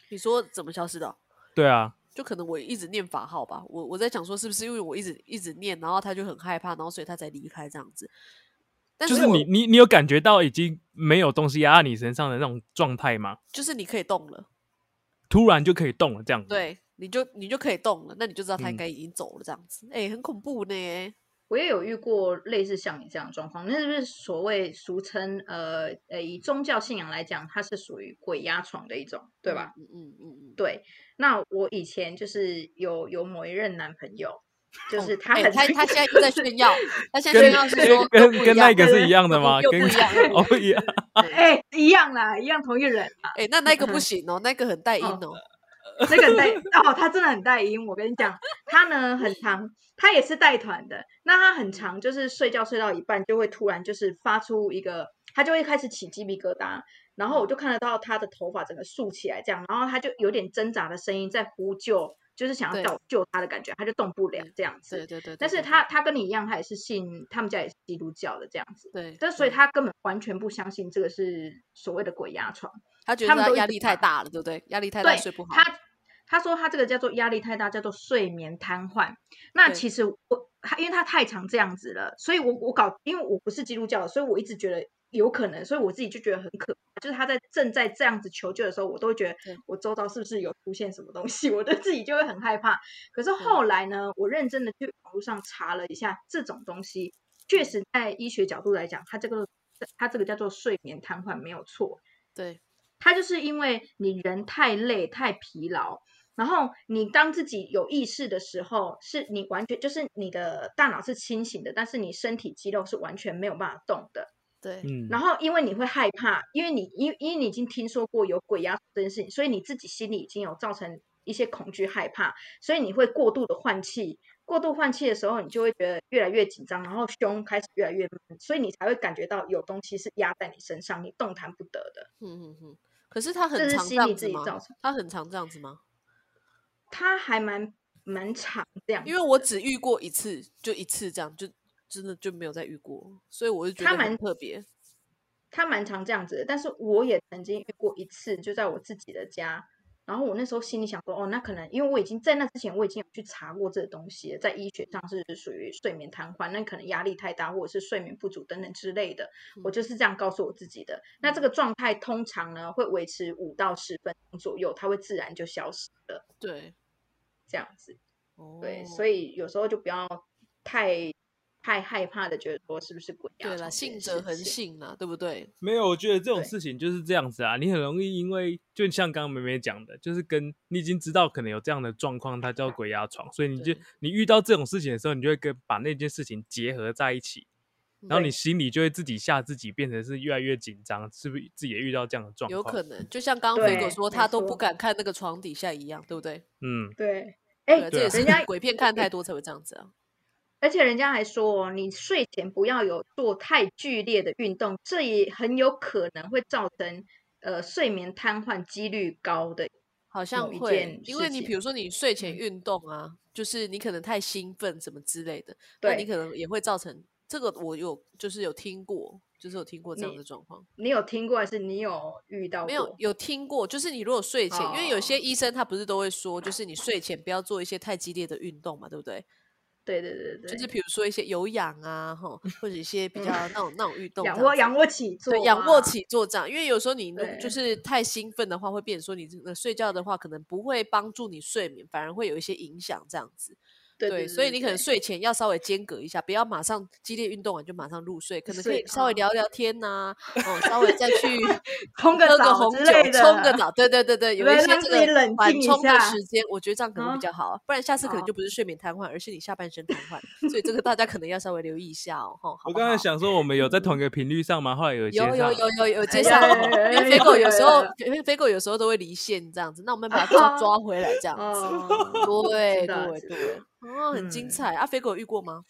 Speaker 2: 你说怎么消失的哦？
Speaker 1: 对啊，
Speaker 2: 就可能我一直念法号吧，我我在想说是不是因为我一直一直念，然后他就很害怕，然后所以他才离开这样子。但
Speaker 1: 就是
Speaker 2: 是我
Speaker 1: 你你你有感觉到已经没有东西压在你身上的那种状态吗？
Speaker 2: 就是你可以动了，
Speaker 1: 突然就可以动了这样子？，
Speaker 2: 对，你就你就可以动了，那你就知道他应
Speaker 1: 嗯
Speaker 2: 该已经走了这样子。哎、很恐怖呢。
Speaker 3: 我也有遇过类似像你这样的状况，那就是所谓俗称呃呃，以宗教信仰来讲，它是属于鬼压床的一种，对吧？
Speaker 2: 嗯？嗯嗯嗯嗯，
Speaker 3: 对。那我以前就是有有某一任男朋友，就
Speaker 2: 哦
Speaker 3: 是他
Speaker 2: 哎
Speaker 3: 很、
Speaker 2: 他他现在又在炫耀，他现在
Speaker 1: 跟
Speaker 2: 炫耀是说
Speaker 1: 跟
Speaker 2: 又不一
Speaker 1: 跟那
Speaker 2: 样
Speaker 1: 个
Speaker 3: 对
Speaker 1: 是一样的
Speaker 2: <laughs> 又不
Speaker 1: 吗？
Speaker 2: 又
Speaker 1: 跟
Speaker 2: 不一样又不
Speaker 1: 哦不一样，
Speaker 3: <laughs> 哎、一样啦，一样同一人啦。
Speaker 2: 哎、那那个不行哦，那个很带音
Speaker 3: 哦
Speaker 2: 哦。
Speaker 3: 那个很带哦，他真的很带音。我跟你讲，他呢很长，他也是带团的。那他很长，就是睡觉睡到一半，就会突然就是发出一个，他就会开始起鸡皮疙瘩。然后我就看得到他的头发整个竖起来这样，然后他就有点挣扎的声音在呼救，就是想要
Speaker 2: 对
Speaker 3: 叫我救他的感觉，他就动不了这样
Speaker 2: 对
Speaker 3: 子。
Speaker 2: 对对，
Speaker 3: 但
Speaker 2: 对
Speaker 3: 是
Speaker 2: 对
Speaker 3: 他他跟你一样，他也是信他们家也是基督教的这样子，
Speaker 2: 对，
Speaker 3: 但所以
Speaker 2: 对
Speaker 3: 他根本完全不相信这个是所谓的鬼压床。
Speaker 2: 他觉得
Speaker 3: 他们
Speaker 2: 他
Speaker 3: 都一
Speaker 2: 压
Speaker 3: 直
Speaker 2: 力太
Speaker 3: 打
Speaker 2: 大了，对不对？压力太大
Speaker 3: 对
Speaker 2: 睡不好。
Speaker 3: 他他说他这个叫做压力太大，叫做睡眠瘫痪。那
Speaker 2: 对
Speaker 3: 其实我他因为他太常这样子了，所以我我搞因为我不是基督教，所以我一直觉得有可能，所以我自己就觉得很可怕。就是他在正在这样子求救的时候，我都会觉得
Speaker 2: 对
Speaker 3: 我周遭是不是有出现什么东西， <laughs> 我对自己就会很害怕。可是后来呢，我认真的去网络上查了一下，这种东西
Speaker 2: 嗯
Speaker 3: 确实在医学角度来讲，它这个它这个叫做睡眠瘫痪没有错。
Speaker 2: 对
Speaker 3: 它就是因为你人太累、太疲劳，然后你当自己有意识的时候，是你完全就是你的大脑是清醒的，但是你身体肌肉是完全没有办法动的。
Speaker 2: 对，
Speaker 1: 嗯，
Speaker 3: 然后因为你会害怕，因为你因因为你已经听说过有鬼压床这件事情，所以你自己心里已经有造成一些恐惧害怕，所以你会过度的换气，过度换气的时候，你就会觉得越来越紧张，然后胸开始越来越闷，所以你才会感觉到有东西是压在你身上，你动弹不得的。
Speaker 2: 嗯嗯嗯。可是他很
Speaker 3: 这是
Speaker 2: 常这
Speaker 3: 心
Speaker 2: 样
Speaker 3: 理
Speaker 2: 子
Speaker 3: 自己
Speaker 2: 吗
Speaker 3: 造成？
Speaker 2: 他很常这样子吗？
Speaker 3: 它还蛮蛮长这样子的，
Speaker 2: 因为我只遇过一次，就一次这样，就真的就没有再遇过，所以我就觉
Speaker 3: 他
Speaker 2: 得很
Speaker 3: 蛮
Speaker 2: 特别。
Speaker 3: 他蛮常这样子的，但是我也曾经遇过一次，就在我自己的家。然后我那时候心里想说，哦，那可能因为我已经在那之前我已经有去查过这个东西了，在医学上是属于睡眠瘫痪，那可能压力太大或者是睡眠不足等等之类的，
Speaker 2: 嗯
Speaker 3: 我就是这样告诉我自己的。那这个状态通常呢会维持五到十分钟左右，它会自然就消失了，
Speaker 2: 对，
Speaker 3: 这样子。
Speaker 2: 哦，
Speaker 3: 对，所以有时候就不要太太害怕的觉得说是不是鬼压
Speaker 2: 对
Speaker 3: 床
Speaker 2: 啦，
Speaker 3: 这
Speaker 2: 信
Speaker 3: 件
Speaker 2: 者
Speaker 3: 事
Speaker 2: 恒
Speaker 3: 情
Speaker 2: 信啦，对不对？
Speaker 1: 没有，我觉得这种
Speaker 3: 对
Speaker 1: 事情就是这样子啊，你很容易因为就像刚刚梅梅讲的，就是跟你已经知道可能有这样的状况，它叫鬼压床，所以你就
Speaker 2: 对
Speaker 1: 你遇到这种事情的时候，你就会跟把那件事情结合在一起，然后
Speaker 3: 对
Speaker 1: 你心里就会自己吓自己，变成是越来越紧张，是不是自己也遇到这样的状况？
Speaker 2: 有可能，就像刚刚飞狗
Speaker 3: 对
Speaker 2: 说，
Speaker 3: 没
Speaker 2: 他都不
Speaker 3: 错
Speaker 2: 敢看那个床底下一样，对不对？
Speaker 1: 嗯，
Speaker 3: 对，
Speaker 2: 对
Speaker 3: 哎
Speaker 2: 啊，，这也
Speaker 1: 对
Speaker 2: 是
Speaker 3: 人家
Speaker 2: 鬼片看太多才会这样子啊。
Speaker 3: 而且人家还说哦，你睡前不要有做太剧烈的运动，这也很有可能会造成呃睡眠瘫痪几率高的。
Speaker 2: 好像
Speaker 3: 一
Speaker 2: 会
Speaker 3: 件，
Speaker 2: 因
Speaker 3: 事
Speaker 2: 为你
Speaker 3: 情
Speaker 2: 比如说你睡前
Speaker 3: 嗯
Speaker 2: 运动啊，就是你可能太兴奋什么之类的，那
Speaker 3: 对
Speaker 2: 你可能也会造成这个。我有就是有听过，就是有听过这样
Speaker 3: 你
Speaker 2: 的状况，
Speaker 3: 你有听过还是你有遇到过？
Speaker 2: 没有有听过，就是你如果睡前，因为有些
Speaker 3: 哦
Speaker 2: 医生他不是都会说，就是你睡前不要做一些太激烈的运动嘛，对不对？
Speaker 3: 对对对对，
Speaker 2: 就是比如说一些有氧啊，吼，或者一些比
Speaker 3: 嗯
Speaker 2: 较那种那种运动这样
Speaker 3: 仰
Speaker 2: 子，
Speaker 3: 卧仰卧起坐、
Speaker 2: 对，
Speaker 3: 啊，
Speaker 2: 仰卧起坐这样，因为有时候你如
Speaker 3: 对
Speaker 2: 就是太兴奋的话，会变成说你这个睡觉的话，可能不会帮助你睡眠，反而会有一些影响这样子。
Speaker 3: 对，对
Speaker 2: 所以你可能
Speaker 3: 对
Speaker 2: 睡前要稍微间隔一下，不要马上激烈运动完就马上入睡，可能可
Speaker 3: 睡
Speaker 2: 以稍微
Speaker 3: 啊
Speaker 2: 聊聊天呐、哦，稍微再去
Speaker 3: <laughs> 冲个
Speaker 2: 喝个
Speaker 3: 澡
Speaker 2: 红
Speaker 3: 之
Speaker 2: 酒，
Speaker 3: 类的
Speaker 2: 冲个澡，对对对对，有
Speaker 3: 对
Speaker 2: 一些
Speaker 3: 让
Speaker 2: 这
Speaker 3: 自己
Speaker 2: 个
Speaker 3: 冷
Speaker 2: 缓
Speaker 3: 静一
Speaker 2: 冲的
Speaker 3: 下
Speaker 2: 时间，我觉得这样可能会比
Speaker 3: 啊
Speaker 2: 较好，不然下次可能
Speaker 3: 好
Speaker 2: 就不是睡眠瘫痪，而是你下半身瘫痪，所以这个大家可能要稍微留意一下哦，吼好
Speaker 1: 我
Speaker 2: 不
Speaker 1: 刚才
Speaker 2: 好嗯
Speaker 1: 想说我们有在同一个频率上吗？后来有接
Speaker 2: 有
Speaker 1: 上，
Speaker 2: 有有有有接
Speaker 3: 哎
Speaker 2: 上
Speaker 3: 有
Speaker 2: 哦，
Speaker 3: 有
Speaker 2: 因为
Speaker 3: 有
Speaker 2: 飞
Speaker 3: 有
Speaker 2: 狗
Speaker 3: 有
Speaker 2: 有时
Speaker 3: 有
Speaker 2: 候
Speaker 3: 有
Speaker 2: 飞飞狗有时候都会离线这样子，那我们
Speaker 1: <laughs>
Speaker 2: 把它抓抓回来这样子。
Speaker 3: 哦， <laughs>
Speaker 2: 对
Speaker 3: 知道
Speaker 2: 对
Speaker 3: 知
Speaker 2: 对，哦，很精
Speaker 3: 嗯
Speaker 2: 彩啊！飞狗有遇过吗？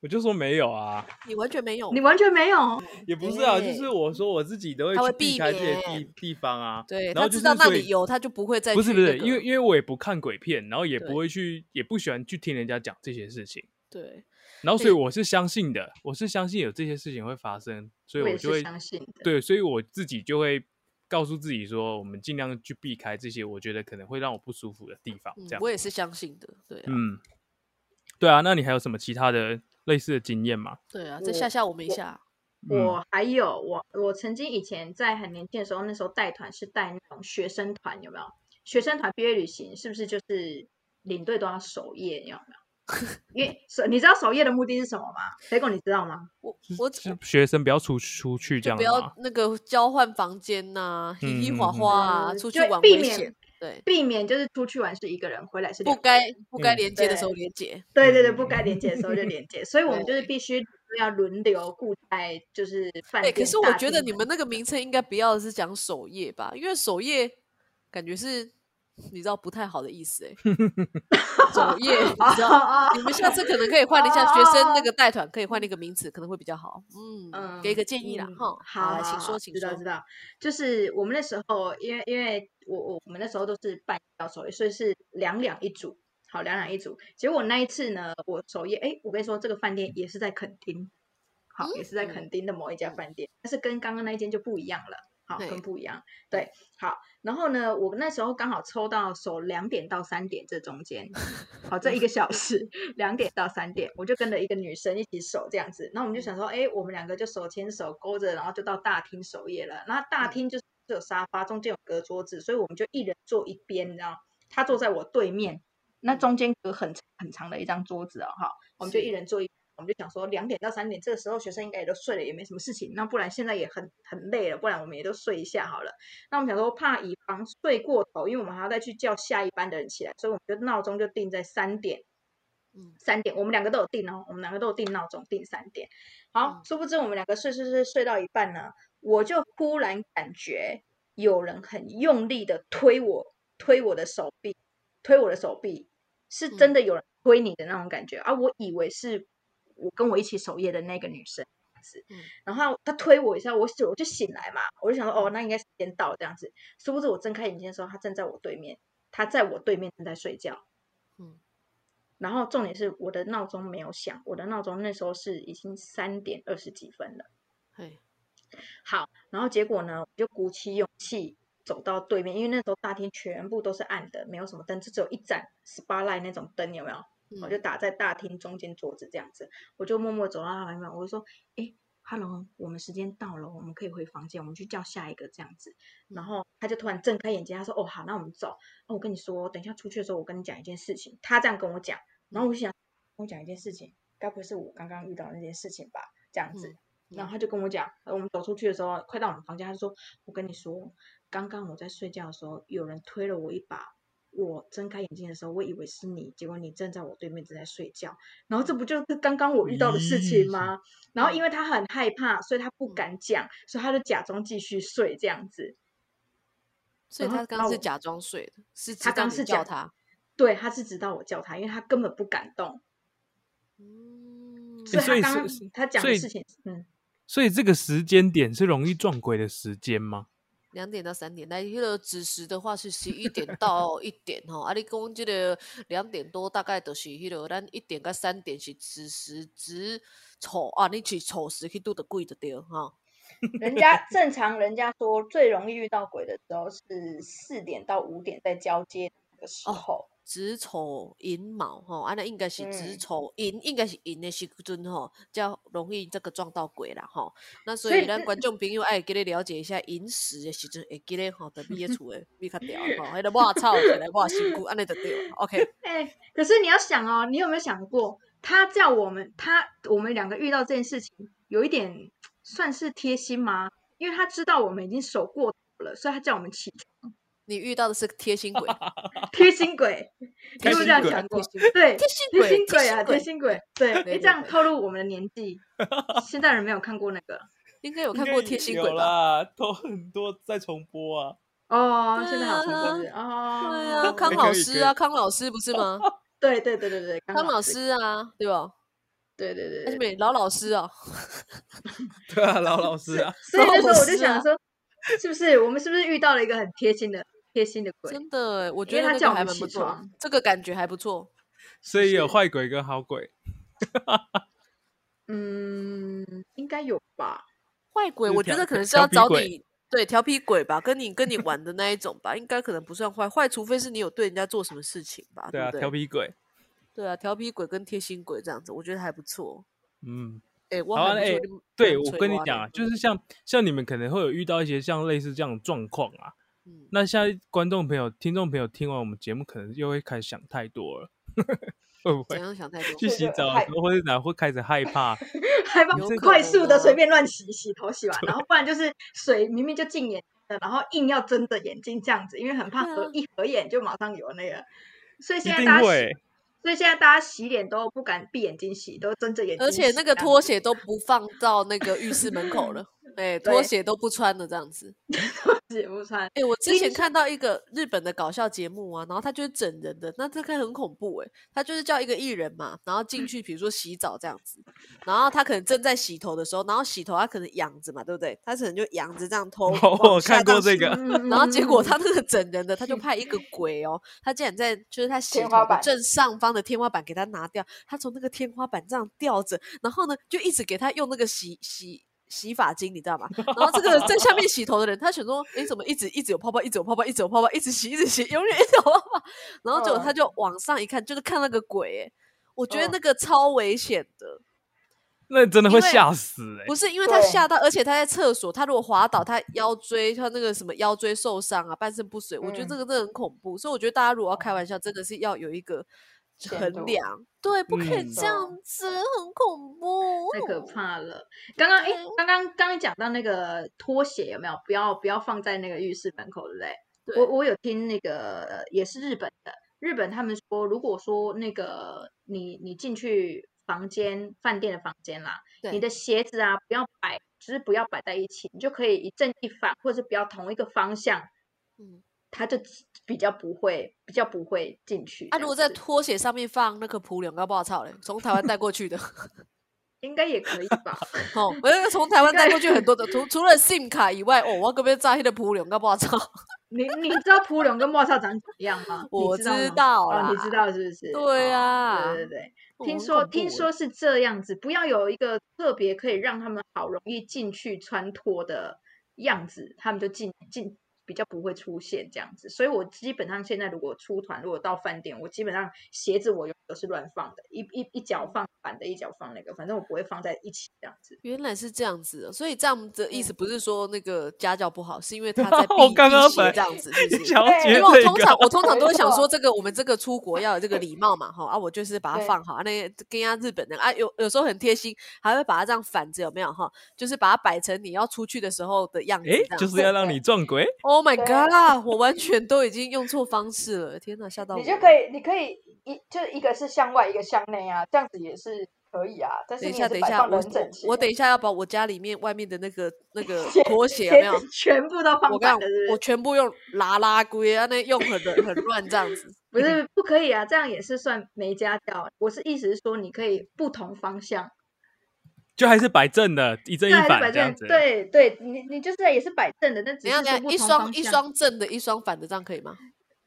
Speaker 1: 我就说没有啊，
Speaker 2: 你完全没有
Speaker 3: 你，完全没有，
Speaker 1: 也不是啊，就
Speaker 2: 对
Speaker 1: 是我说我自己都
Speaker 2: 他
Speaker 1: 会
Speaker 2: 会
Speaker 1: 去避
Speaker 2: 避
Speaker 1: 开这些地
Speaker 2: 免
Speaker 1: 地方啊，
Speaker 2: 对
Speaker 1: 然后
Speaker 2: 他
Speaker 1: 就
Speaker 2: 知
Speaker 1: 是
Speaker 2: 道那
Speaker 1: 所以
Speaker 2: 里有，他就不会再
Speaker 1: 不是
Speaker 2: 去
Speaker 1: 不
Speaker 2: 那
Speaker 1: 是，因为
Speaker 2: 个
Speaker 1: 因为我也不看鬼片，然后也
Speaker 2: 对
Speaker 1: 不会去，也不喜欢去听人家讲这些事情，
Speaker 2: 对
Speaker 1: 然后所以我是相信的，我是相信有这些事情会发生，所以
Speaker 3: 我也
Speaker 1: 就是会
Speaker 3: 相信的。
Speaker 1: 对，所以我自己就会告诉自己说，我们尽量去避开这些我觉得可能会让我不舒服的地方，
Speaker 2: 嗯
Speaker 1: 这样
Speaker 2: 我，也是相信的，对啊
Speaker 1: 嗯，对啊，那你还有什么其他的类似的经验吗？
Speaker 2: 对啊，再
Speaker 3: 我
Speaker 2: 吓吓我们一
Speaker 3: 我
Speaker 2: 下，
Speaker 1: 嗯
Speaker 3: 我还有我，我曾经以前在很年轻的时候，那时候带团是带那种学生团，有没有？学生团毕业旅行是不是就是领队都要守夜，有没有？因为守，你知道守夜的目的是什么吗？肥狗，你知道吗？
Speaker 2: 我
Speaker 1: 就是
Speaker 2: 我
Speaker 1: 是学生不要出出去这
Speaker 2: 就
Speaker 1: 样
Speaker 2: 不
Speaker 1: 吗？
Speaker 2: 要那个交换房间呐，嘻嘻
Speaker 1: 嗯
Speaker 2: 哗
Speaker 1: 嗯嗯
Speaker 2: 哗啊，
Speaker 3: 嗯
Speaker 2: 出去
Speaker 3: 就
Speaker 2: 玩
Speaker 3: 避
Speaker 2: 危
Speaker 3: 免
Speaker 2: 险，对，
Speaker 3: 避免就是出去玩是一个人，回来是
Speaker 2: 不
Speaker 3: 两个
Speaker 2: 该不该
Speaker 1: 嗯
Speaker 2: 连接的
Speaker 3: 对
Speaker 2: 时候连接，
Speaker 3: 对对对，
Speaker 1: 嗯
Speaker 3: 不该连接的时候就连接，所以我们就是
Speaker 2: 对
Speaker 3: 必须要轮流固在就是饭
Speaker 2: 哎、
Speaker 3: 店。
Speaker 2: 可是我
Speaker 3: 大
Speaker 2: 觉得
Speaker 3: 厅
Speaker 2: 你
Speaker 3: 门
Speaker 2: 们那个名称应该不要是讲首页吧，因为首页感觉是你知道不太好的意思哎、首页你知
Speaker 3: 口 <laughs>
Speaker 2: 道，
Speaker 3: 啊
Speaker 2: 你们下次可能可以换一下
Speaker 3: 哦
Speaker 2: 学生那
Speaker 3: 哦
Speaker 2: 个带团，可以换那个名词，可能会比较好。嗯，给一
Speaker 3: 嗯
Speaker 2: 个建议啦
Speaker 3: 嗯
Speaker 2: 哈。
Speaker 3: 好
Speaker 2: 来，请
Speaker 3: 好
Speaker 2: 说，
Speaker 3: 好
Speaker 2: 请
Speaker 3: 知
Speaker 2: 说
Speaker 3: 道。知道，就是我们那时候，因为因为我我我们那时候都是半夜要守夜，所以是两两一组，好两两一组。结果那一次呢，我守夜，哎，我跟你说，这个饭店也是在垦丁，好，也是在
Speaker 2: 嗯
Speaker 3: 垦丁的某一家
Speaker 2: 嗯
Speaker 3: 饭店，但是跟刚刚那一间就不一样了，好，
Speaker 2: 对
Speaker 3: 跟不一样，对，好。然后呢，我那时候刚好抽到手两点到三点这中间，好，这一个小时，两点到三点，我就跟着一个女生一起守这样子。那我们就想说，哎，我们两个就手牵手勾着，然后就到大厅守夜了。那大厅就是有沙发，中间有隔桌子，所以我们就一人坐一边，你知道吗，他坐在我对面，那中间隔很很长的一张桌子哦，哈，我们就是一人坐一。我们就想说，两点到三点，这个时候学生应该也都睡了，也没什么事情。那不然现在也很很累了，不然我们也都睡一下好了。那我们想说，怕以防睡过头，因为我们还要再去叫下一班的人起来，所以我们就闹钟就定在三点。
Speaker 2: 嗯
Speaker 3: 三点，我们两个都有定哦，我们两个都有定闹钟，定三点。好
Speaker 2: 嗯，
Speaker 3: 殊不知我们两个睡睡睡睡到一半呢，我就忽然感觉有人很用力的推我，推我的手臂，推我的手臂，是
Speaker 2: 嗯
Speaker 3: 真的有人推你的那种感觉啊，我以为是我跟我一起守夜的那个女生。这样子
Speaker 2: 嗯
Speaker 3: 然后她推我一下，我醒我就醒来嘛，我就想说，哦，那应该时间到了这样子。殊不知我睁开眼睛的时候，她站在我对面，她在我对面正在睡觉。
Speaker 2: 嗯，
Speaker 3: 然后重点是我的闹钟没有响，我的闹钟那时候是已经三点二十几分了。
Speaker 2: 嘿，
Speaker 3: 好，然后结果呢，我就鼓起勇气走到对面，因为那时候大厅全部都是暗的，没有什么灯，就只有一盏 spotlight 那种灯，有没有？我就
Speaker 2: 嗯
Speaker 3: 打在大厅中间桌子这样子，我就默默走到他旁边，我就说：“诶 h e l l o 我们时间到了，我们可以回房间，我们去叫下一个这样子。”然
Speaker 2: 嗯
Speaker 3: 后他就突然睁开眼睛，他说：“哦，好，那我们走。哦，我跟你说，等一下出去的时候，我跟你讲一件事情。”他这样跟我讲，然
Speaker 2: 嗯
Speaker 3: 后我就想，跟我讲一件事情，该不会是我刚刚遇到的那件事情吧？这样子，
Speaker 2: 嗯嗯
Speaker 3: 然后他就跟我讲，呃我们走出去的时候，快到我们房间，他就说：“我跟你说，刚刚我在睡觉的时候，有人推了我一把。我睁开眼睛的时候，我以为是你，结果你正在我对面正在睡觉。然后这不就是刚刚我遇到的事情
Speaker 1: 咦
Speaker 3: 吗？然后因
Speaker 2: 嗯
Speaker 3: 为他很害怕，所以他不
Speaker 2: 嗯
Speaker 3: 敢讲，所以他就假装继续睡这样子。
Speaker 2: 所以
Speaker 3: 然后
Speaker 2: 他刚
Speaker 3: 把
Speaker 2: 刚是
Speaker 3: 我
Speaker 2: 假装睡的，是知
Speaker 3: 他
Speaker 2: 道
Speaker 3: 刚
Speaker 2: 你
Speaker 3: 是
Speaker 2: 叫
Speaker 3: 假
Speaker 2: 他，
Speaker 3: 对，他是直到我叫他，因为他根本不敢动，
Speaker 2: 嗯，
Speaker 1: 欸
Speaker 3: 所以
Speaker 1: 所
Speaker 3: 他
Speaker 1: 以
Speaker 3: 刚
Speaker 1: 是
Speaker 3: 刚
Speaker 1: 是
Speaker 3: 他讲
Speaker 1: 所
Speaker 3: 的
Speaker 1: 以
Speaker 3: 事情，嗯，
Speaker 1: 所以这个时间点是容易撞鬼的时间吗？
Speaker 2: 两点到三点，那迄个子时的话是十一点到一点吼，啊，你讲即个两点多大概就是迄、个咱一点到三点是子时子丑啊，你是丑时去拄着鬼就对吼，
Speaker 3: 人家正常人家说最容易遇到鬼的时候是四点到五点在交接的那个时
Speaker 2: 哦
Speaker 3: 候，
Speaker 2: 子丑寅卯吼，安、啊、尼应该是子
Speaker 3: 嗯
Speaker 2: 丑寅，应该是寅的时阵吼，较容易这个撞到鬼啦吼。那所
Speaker 3: 所
Speaker 2: 以
Speaker 3: 以
Speaker 2: 咱
Speaker 3: 这
Speaker 2: 观众朋友爱给你了解一下寅时的时阵，会记咧吼，特别厝诶，比较调吼，迄个抹草起来抹身躯，安尼就对了，OK。
Speaker 3: 哎、可是你要想哦，你有没有想过，他叫我们，他我们两个遇到这件事情，有一点算是贴心吗？因为他知道我们已经守过头了，所以他叫我们起床
Speaker 2: 你遇到的是贴心鬼，
Speaker 3: 贴心鬼，你
Speaker 1: 贴
Speaker 3: 有没
Speaker 1: 心
Speaker 3: 有这样
Speaker 1: 鬼
Speaker 3: 想过
Speaker 2: 贴？心鬼
Speaker 3: 对，
Speaker 2: 贴心
Speaker 3: <laughs> 贴
Speaker 2: 鬼，
Speaker 3: 心鬼啊，贴心鬼，
Speaker 2: 对
Speaker 3: 对，哎，
Speaker 2: 对
Speaker 3: 这样
Speaker 2: 对
Speaker 3: 透露我们的
Speaker 2: <laughs>
Speaker 3: 年纪，现代人没有看过那个
Speaker 2: 应该有看过贴心鬼吧？
Speaker 1: 啦，都很多在重播啊。
Speaker 3: 哦，
Speaker 2: 对
Speaker 3: 现在好重
Speaker 2: 啊
Speaker 3: 播是
Speaker 2: 对啊，
Speaker 3: 哦，
Speaker 2: 康
Speaker 1: 可
Speaker 2: 老
Speaker 1: 以
Speaker 2: 师
Speaker 1: 可
Speaker 2: 啊，
Speaker 1: 以
Speaker 2: 康老师不是
Speaker 3: <laughs>
Speaker 2: 吗？
Speaker 3: 对对对对对，
Speaker 2: 康老
Speaker 3: 师，
Speaker 2: 师啊，对吧？
Speaker 3: 对对对
Speaker 2: 还是
Speaker 3: 对，
Speaker 2: 没老老师啊？
Speaker 1: 对啊，老老师啊，
Speaker 3: 所以那时候我
Speaker 2: 老
Speaker 3: 就
Speaker 2: 师
Speaker 3: 想
Speaker 2: 啊
Speaker 3: 说，是不是我们是不是遇到了一个很贴心的贴心的鬼？
Speaker 2: 真的欸，我
Speaker 3: 因
Speaker 2: 觉
Speaker 3: 为
Speaker 2: 得
Speaker 3: 他
Speaker 2: 那
Speaker 3: 叫
Speaker 2: 个
Speaker 3: 我
Speaker 2: 还
Speaker 3: 们
Speaker 2: 蛮不
Speaker 3: 起
Speaker 2: 错
Speaker 3: 床，
Speaker 2: 这个感觉还不错。
Speaker 1: 所以有
Speaker 3: 是
Speaker 1: 坏鬼跟好鬼。
Speaker 3: 嗯，应该有吧。
Speaker 2: 坏鬼，
Speaker 1: 就是
Speaker 2: 我觉
Speaker 1: 调
Speaker 2: 得可
Speaker 1: 调
Speaker 2: 能是要
Speaker 1: 调皮
Speaker 2: 找
Speaker 1: 鬼
Speaker 2: 你对调皮鬼吧，跟你跟你玩的那一种吧，应该可能不算坏，坏除非是你有对人家做什么事情吧，
Speaker 1: 对啊，
Speaker 2: 不
Speaker 1: 调
Speaker 2: 对？
Speaker 1: 皮鬼。
Speaker 2: 对啊，调皮鬼跟贴心鬼这样子，我觉得还不错。
Speaker 1: 嗯，
Speaker 2: 哎，我
Speaker 1: 好啊
Speaker 2: 还不
Speaker 1: 哎
Speaker 2: 错你们
Speaker 1: 对，
Speaker 2: 蛮
Speaker 1: 我
Speaker 2: 吹
Speaker 1: 跟你
Speaker 2: 我啊
Speaker 1: 讲
Speaker 2: 嘞
Speaker 1: 啊，就是像像你们可能会有遇到一些像类似这样的状况啊。
Speaker 2: 嗯，
Speaker 1: 那现在观众朋友、听众朋友听完我们节目，可能又会开始想太多了， <laughs> 会不
Speaker 2: 怎
Speaker 1: 会？
Speaker 2: 样想太多
Speaker 1: 去？洗澡的时候，或者哪会开始害怕？
Speaker 3: 害怕
Speaker 2: 有可
Speaker 3: 快速的
Speaker 2: 能
Speaker 3: 随
Speaker 2: 啊
Speaker 3: 便乱洗洗
Speaker 2: <laughs>
Speaker 3: 头洗完，然后不然就是水明明就进眼的，然后硬要睁着眼睛这样子，因为很怕
Speaker 2: 对
Speaker 3: 合
Speaker 2: 啊
Speaker 3: 一合眼就马上有那个。所以
Speaker 1: 一
Speaker 3: 现在
Speaker 1: 定
Speaker 3: 大家洗
Speaker 1: 会，
Speaker 3: 所以现在大家洗脸都不敢闭眼睛洗，都睁着眼睛
Speaker 2: 而
Speaker 3: 洗。
Speaker 2: 且那个拖鞋都不放到那个浴室门
Speaker 1: <laughs>
Speaker 2: 口了，哎，拖
Speaker 3: 对
Speaker 2: 鞋都不穿了这样子。
Speaker 3: 这样子
Speaker 2: <laughs>
Speaker 3: 也不穿，
Speaker 2: 哎、我之
Speaker 3: 所以
Speaker 2: 前
Speaker 3: 就是
Speaker 2: 看到一个日本的搞笑节目啊，然后他就是整人的，那这个很恐怖哎、他就是叫一个艺人嘛，然后进去，比如说洗澡这样子，然后他可能正在洗头的时候，然后洗头他可能仰着嘛，对不对？他可能就仰着这样
Speaker 1: <laughs>
Speaker 2: 头
Speaker 1: 哦我
Speaker 2: 往下
Speaker 1: 看
Speaker 2: 这
Speaker 1: 过
Speaker 2: 样
Speaker 1: 这
Speaker 2: 洗
Speaker 1: 个
Speaker 3: 嗯
Speaker 2: 然后结果他那个整人的，他就派一个鬼哦，他竟然在就是他洗
Speaker 3: 天
Speaker 2: 头
Speaker 3: 花
Speaker 2: 的
Speaker 3: 板
Speaker 2: 正上方的天花板给他拿掉，他从那个天花板这样吊着，然后呢就一直给他用那个洗洗。洗发精，你知道吗？然后这个在下面洗头的人，他想说：“你怎么一直一直有泡泡，一直有泡泡，一直有泡泡，一直洗，一直洗，永远一直有泡泡。”然后结果他
Speaker 3: 嗯
Speaker 2: 就往上一看，就是看那个鬼、欸，我觉得
Speaker 3: 嗯
Speaker 2: 那个超危险的。
Speaker 1: 那真的会
Speaker 2: 因为
Speaker 1: 吓死哎、
Speaker 2: 不是因为他
Speaker 3: 对
Speaker 2: 吓到，而且他在厕所，他如果滑倒，他腰椎他那个什么腰椎受伤啊，半身不遂，我觉得这
Speaker 3: 嗯哦
Speaker 2: 个真的很恐怖。所以我觉得大家如果要开玩笑，真的是要有一个
Speaker 3: 限
Speaker 2: 衡
Speaker 3: 度
Speaker 2: 量，对，不可以
Speaker 1: 嗯
Speaker 2: 这样子，很恐怖，哦
Speaker 3: 太可。怕了！刚刚哎
Speaker 2: 对，
Speaker 3: 刚刚刚刚讲到那个拖鞋有没有？不要不要放在那个浴室门口，对不对？
Speaker 2: 对，
Speaker 3: 我我有听那个呃也是日本的，日本他们说，如果说那个你你进去房间饭店的房间啦，
Speaker 2: 对
Speaker 3: 你的鞋子啊不要摆，就是不要摆在一起，你就可以一正一反，或者是不要同一个方向
Speaker 2: 嗯
Speaker 3: 它就比较不会，比较不会进去。
Speaker 2: 啊，如果
Speaker 3: 这样
Speaker 2: 在
Speaker 3: 子
Speaker 2: 拖鞋上面放那个普柳，搞不好操嘞，从台湾带过去
Speaker 3: <laughs>
Speaker 2: 的，
Speaker 3: 应该也可以吧？
Speaker 2: 哦，我那个从台湾带过去很多的，除除了 SIM 卡以外，哦，我隔壁炸黑的普柳，搞不好操。 <laughs>
Speaker 3: 你你知道蒲龙跟莫少长怎么样吗？你
Speaker 2: 我
Speaker 3: 知道
Speaker 2: 知
Speaker 3: 吗
Speaker 2: 道
Speaker 3: 哦，你
Speaker 2: 啦
Speaker 3: 知道是不是？
Speaker 2: 对
Speaker 3: 哦
Speaker 2: 啊
Speaker 3: 对对对。
Speaker 2: 哦
Speaker 3: 听
Speaker 2: 很
Speaker 3: 说
Speaker 2: 恐
Speaker 3: 听
Speaker 2: 怖
Speaker 3: 说是这样子，不要有一个特别可以让他们好容易进去穿脱的样子，他们就进进比较不会出现这样子。所以我基本上现在如果出团，如果到饭店，我基本上鞋子我永远都是乱放的，一一一脚放反的，一脚放那个，反正我不会放在一起这样子。
Speaker 2: 原来是这样子哦，所以这样的意思
Speaker 3: 嗯
Speaker 2: 不是说那个家教不好，是因为他在避
Speaker 1: <laughs> 我刚
Speaker 2: 避
Speaker 1: 刚
Speaker 2: 邪
Speaker 1: 本来
Speaker 2: 这样子，是不是？
Speaker 1: 想要
Speaker 3: 对
Speaker 1: 接
Speaker 2: 因为
Speaker 1: 这
Speaker 2: 我
Speaker 1: 个
Speaker 2: 通常我通常都会想
Speaker 3: 没
Speaker 2: 说，
Speaker 3: 错
Speaker 2: 这个我们这个出国要有这个礼貌嘛，哈啊，我就是把它
Speaker 3: 对
Speaker 2: 放好，啊那个跟人家日本的啊，有有时候很贴心，还会把它这样反着，有没有哈？就是把它摆成你要出去的时候的样
Speaker 1: <laughs>
Speaker 2: 子，
Speaker 1: 诶
Speaker 2: 这，样
Speaker 1: 就
Speaker 2: 子。
Speaker 1: 是要让你撞鬼，
Speaker 2: Oh my
Speaker 3: 对
Speaker 2: god！我完全都已经用错方式了，天哪，吓到我了！
Speaker 3: 以，你可以一就是一个是向外，一个向内啊，这样子也是可以啊。但
Speaker 2: 等一下，等一下，我我我等一下要把我家里面外面的那个那个拖鞋有没
Speaker 3: 啊鞋
Speaker 2: 有
Speaker 3: 子？全部都放
Speaker 2: 我讲
Speaker 3: 反的，是不，是
Speaker 2: 我全部用拉拉龟啊，那用很乱很乱这样子。
Speaker 3: 不
Speaker 2: 嗯
Speaker 3: 是不可以啊，这样也是算没家教。我是意思是说，你可以不同方向，
Speaker 1: 就还是摆正的，一正一
Speaker 3: 对啊，就
Speaker 1: 反
Speaker 3: 摆
Speaker 1: 这样
Speaker 3: 正，
Speaker 1: 子。，
Speaker 3: 对对，你你就是也是摆正的，但 <laughs> 只
Speaker 2: 等
Speaker 3: 是
Speaker 2: 一下等
Speaker 3: 说
Speaker 2: 一下，
Speaker 3: 不
Speaker 2: 一
Speaker 3: 同
Speaker 2: 双
Speaker 3: 方
Speaker 2: 一
Speaker 3: 向
Speaker 2: 双正的，一双反的，这样可以吗？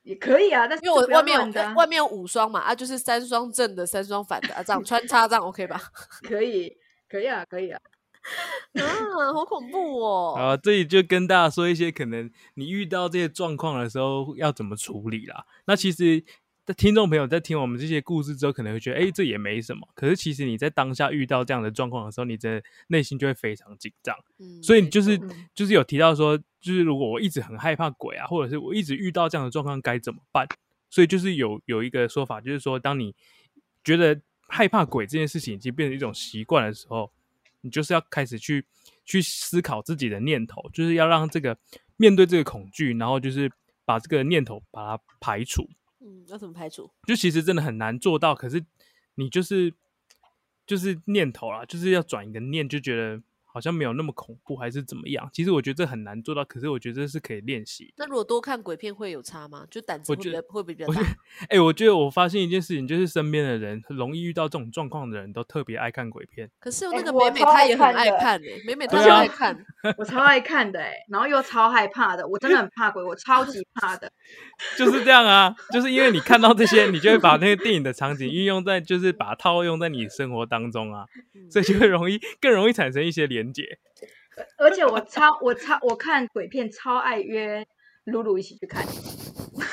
Speaker 3: 也可以啊，但是
Speaker 2: 因为我
Speaker 3: 就不要
Speaker 2: 外面
Speaker 3: 乱的啊
Speaker 2: 有外面有五双嘛，啊，就是三双正的，三双反的啊，这
Speaker 3: <laughs>
Speaker 2: 样穿插这样 OK 吧？
Speaker 3: 可以可以啊，可以啊，
Speaker 2: 啊，好恐怖哦！
Speaker 1: 啊，这里就跟大家说一些可能你遇到这些状况的时候要怎么处理啦。那其实听众朋友在听我们这些故事之后，可能会觉得，哎、这也没什么。可是其实你在当下遇到这样的状况的时候，你真的内心就会非常紧张。
Speaker 2: 嗯
Speaker 1: 所以
Speaker 2: 没
Speaker 1: 你就是
Speaker 2: 错
Speaker 3: 嗯
Speaker 1: 就是有提到说，就是如果我一直很害怕鬼啊，或者是我一直遇到这样的状况该怎么办？所以就是有有一个说法，就是说，当你觉得害怕鬼这件事情已经变成一种习惯的时候，你就是要开始去去思考自己的念头，就是要让这个面对这个恐惧，然后就是把这个念头把它排除。
Speaker 2: 嗯，要怎么排除？
Speaker 1: 就其实真的很难做到，可是你就是就是念头啦，就是要转一个念，就觉得好像没有那么恐怖，还是怎么样？其实我觉得这很难做到，可是我觉得这是可以练习。
Speaker 2: 那如果多看鬼片会有差吗？就胆子
Speaker 1: 我
Speaker 2: 会比
Speaker 1: 觉
Speaker 2: 较
Speaker 1: 得
Speaker 2: 会比较
Speaker 1: 我
Speaker 2: 大
Speaker 1: 觉得，哎、我觉得我发现一件事情，就是身边的人很容易遇到这种状况的人都特别爱看鬼片。
Speaker 2: 可是
Speaker 3: 哎
Speaker 2: 那个
Speaker 3: 我
Speaker 2: 美美
Speaker 3: 超
Speaker 2: 她
Speaker 3: 爱
Speaker 2: 也很
Speaker 3: 看
Speaker 2: 爱
Speaker 3: 的
Speaker 2: 看欸诶，美美她
Speaker 1: 对
Speaker 2: 很
Speaker 1: 啊 <laughs>
Speaker 2: 爱看，嗯
Speaker 3: 我超爱看的哎、然后又超害怕的，我真的很怕鬼，我超级怕的，
Speaker 1: 就是这样啊，就是因为你看到这些，你就会把那个电影的场景运用在，就是把它套用在你生活当中啊，
Speaker 2: 嗯
Speaker 1: 所以就会容易更容易产生一些连结。
Speaker 3: 而且我超我超我看鬼片超爱约露露一起去看， <laughs>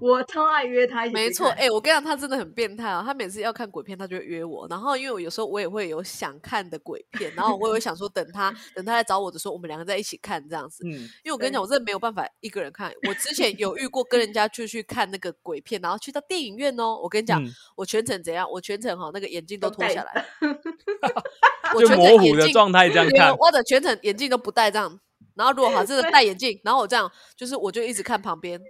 Speaker 3: 我超爱约她一起去看，
Speaker 2: 没错，哎、我跟你讲，他真的很变态啊！他每次要看鬼片，他就会约我。然后，因为我有时候我也会有想看的鬼片，然后我也会想说，等他等他来找我的时候，我们两个在一起看这样子。
Speaker 1: 嗯，
Speaker 2: 因为我跟你讲，我真的没有办法一个人看。我之前有遇过跟人家就去看那个鬼片，然后去到电影院哦。我跟你讲，
Speaker 1: 嗯
Speaker 2: 我全程怎样？我全程哈那个眼镜都
Speaker 3: 都
Speaker 2: 脱
Speaker 3: 戴
Speaker 2: 下
Speaker 3: 着
Speaker 2: 来，
Speaker 1: <laughs>
Speaker 2: 我
Speaker 1: 就
Speaker 2: 全程
Speaker 1: 模糊
Speaker 2: 眼
Speaker 1: 的
Speaker 2: 镜
Speaker 1: 状
Speaker 3: <laughs>
Speaker 1: 态这样
Speaker 2: 对
Speaker 1: 看，
Speaker 2: 我的全程眼镜都不戴这样，然后如果好真的戴眼镜，然后我这样就是我就一直看旁边，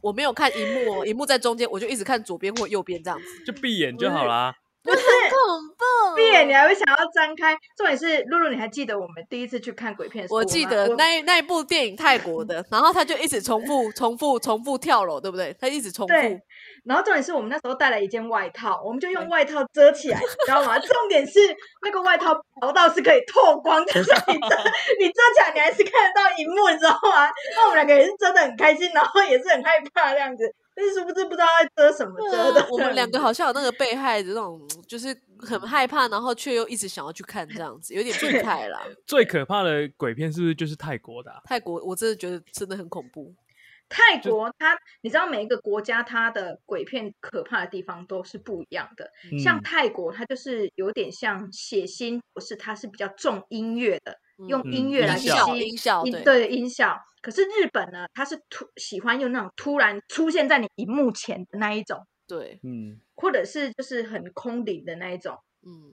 Speaker 2: 我没有看荧幕哦，荧幕在中间，我就一直看左边或右边这样子，
Speaker 1: 就闭眼就好啦。
Speaker 2: 恐怖。
Speaker 3: 闭眼你还会想要张开。重点是露露，你还记得我们第一次去看鬼片的时候？
Speaker 2: 我记
Speaker 3: 们
Speaker 2: 得
Speaker 3: 我
Speaker 2: 那一那一部电影泰国
Speaker 3: <laughs>
Speaker 2: 的，然后他就一直重复、重复、重复跳楼，对不对？他一直重复
Speaker 3: 对，，然后重点是我们那时候带了一件外套，我们就用
Speaker 2: 对
Speaker 3: 外套遮起来，你知道吗？ <laughs> 重点是那个外套薄到是可以透光的， <laughs> 所
Speaker 2: <laughs>
Speaker 3: 以你遮你遮起来你还是看得到荧幕，你知道吗？那我们两个也是真的很开心，然后也是很害怕这样子，但是殊不知不知道在遮什么遮
Speaker 2: 对
Speaker 3: 的
Speaker 2: 啊。我们两个
Speaker 3: 好。
Speaker 2: 好像有那个被害的那种，就是很害怕，然后却又一直想要去看这样子，有点变态
Speaker 3: <laughs>
Speaker 2: 啦。
Speaker 1: 最可怕的鬼片是不是就是泰国的啊、
Speaker 2: 泰国我真的觉得真的很恐怖，
Speaker 3: 泰国它，你知道每一个国家它的鬼片可怕的地方都是不一样的。像
Speaker 1: 嗯
Speaker 3: 泰国，它就是有点像血腥，不是它是比较重音乐的，用
Speaker 2: 嗯
Speaker 3: 音
Speaker 1: 嗯
Speaker 3: 乐
Speaker 1: 音
Speaker 3: 来
Speaker 1: 效
Speaker 3: 吸
Speaker 2: 音效
Speaker 3: 音
Speaker 2: 对
Speaker 3: 对音效。可是日本呢，它是突喜欢用那种突然出现在你荧幕前的那一种，
Speaker 2: 对，
Speaker 1: 嗯，
Speaker 3: 或者是就是很空灵的那一种。
Speaker 2: 嗯，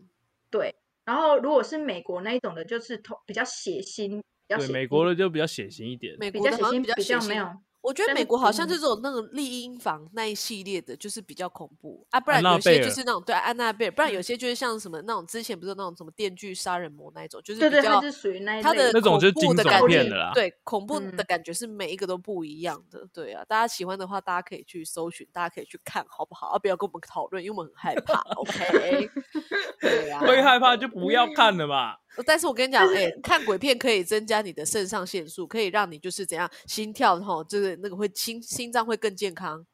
Speaker 3: 对，然后如果是美国那一种的，就是通比较血腥，比较
Speaker 1: 对，
Speaker 3: 血
Speaker 1: 美
Speaker 3: 腥
Speaker 1: 国的就比较血腥一点。
Speaker 2: 美
Speaker 3: 比
Speaker 2: 国的
Speaker 3: 较血
Speaker 2: 好像
Speaker 3: 腥，
Speaker 2: 比较
Speaker 3: 比
Speaker 2: 血
Speaker 3: 较
Speaker 2: 腥
Speaker 3: 没有
Speaker 2: 我觉得
Speaker 3: 但
Speaker 2: 美
Speaker 3: 是
Speaker 2: 国好像
Speaker 3: 嗯
Speaker 2: 就这种那个丽婴房那一系列的，就是比较恐怖啊，不然
Speaker 1: 娜
Speaker 2: 有些
Speaker 1: 贝
Speaker 2: 就
Speaker 1: 尔
Speaker 2: 是那种对安娜贝尔，不然有
Speaker 3: 嗯
Speaker 2: 些就是像什么那种之前不是有那种什么电锯杀人魔那一种，就是
Speaker 3: 对
Speaker 2: 比
Speaker 3: 对，
Speaker 2: 较
Speaker 3: 它是属于那一
Speaker 2: 它
Speaker 3: 类
Speaker 2: 的
Speaker 1: 那种
Speaker 2: 恐
Speaker 1: 就是
Speaker 2: 怖
Speaker 1: 惊
Speaker 2: 的
Speaker 1: 悚
Speaker 2: 感
Speaker 3: 片
Speaker 2: 觉
Speaker 1: 的啦
Speaker 2: 对，恐怖的
Speaker 3: 嗯
Speaker 2: 感觉是每一个都不一样的，对啊，大家喜欢的话，大家可以去搜寻，大家可以去看好不好？啊，不要跟我们讨论，因为我们很害怕
Speaker 3: <laughs>
Speaker 2: ，OK？对啊，
Speaker 1: 会害怕就不要看了嘛。
Speaker 2: 但是我跟你讲，哎、看鬼片可以增加你的肾上腺素，可以让你就是怎样心跳吼，就是那个会心心脏会更健康。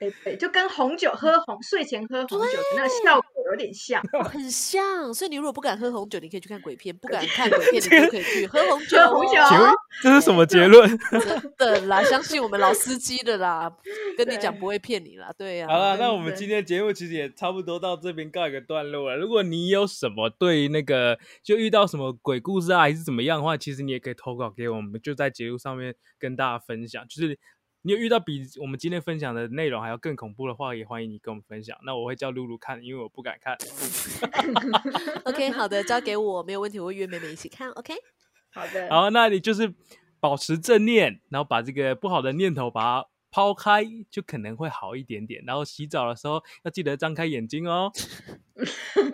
Speaker 3: 对对，就跟红酒喝红睡前喝红酒的那个效果有点像。
Speaker 2: 很像。所以你如果不敢喝红酒，你可以去看鬼片；不敢看鬼片，你就可以去喝红酒。
Speaker 3: 喝红酒
Speaker 1: 请问这是什么结论？
Speaker 2: 真的啦，相信我们老司机的啦，跟你讲
Speaker 3: 对
Speaker 2: 不会骗你啦。对呀、
Speaker 1: 好啊了，
Speaker 3: 真
Speaker 1: 那我们
Speaker 3: 的
Speaker 1: 今天的节目其实也差不多到这边告一个段落了。如果你有什么对那个就遇到什么鬼故事啊，还是怎么样的话，其实你也可以投稿给我们，就在节目上面跟大家分享。就是你有遇到比我们今天分享的内容还要更恐怖的话，也欢迎你跟我们分享。那我会叫露露看，因为我不敢看。
Speaker 2: OK，好的，交给我，没有问题，我会约美美一起看。OK，
Speaker 3: 好的，
Speaker 1: 好，那你就是保持正念，然后把这个不好的念头把它抛开，就可能会好一点点。然后洗澡的时候要记得张开眼睛哦。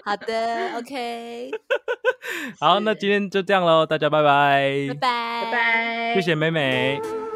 Speaker 2: 好的，OK，
Speaker 1: 好，那
Speaker 3: 是
Speaker 1: 今天就这样喽，大家拜拜，
Speaker 2: 拜
Speaker 3: 拜
Speaker 2: 拜，
Speaker 3: 拜，
Speaker 1: 谢谢美美。
Speaker 2: 拜。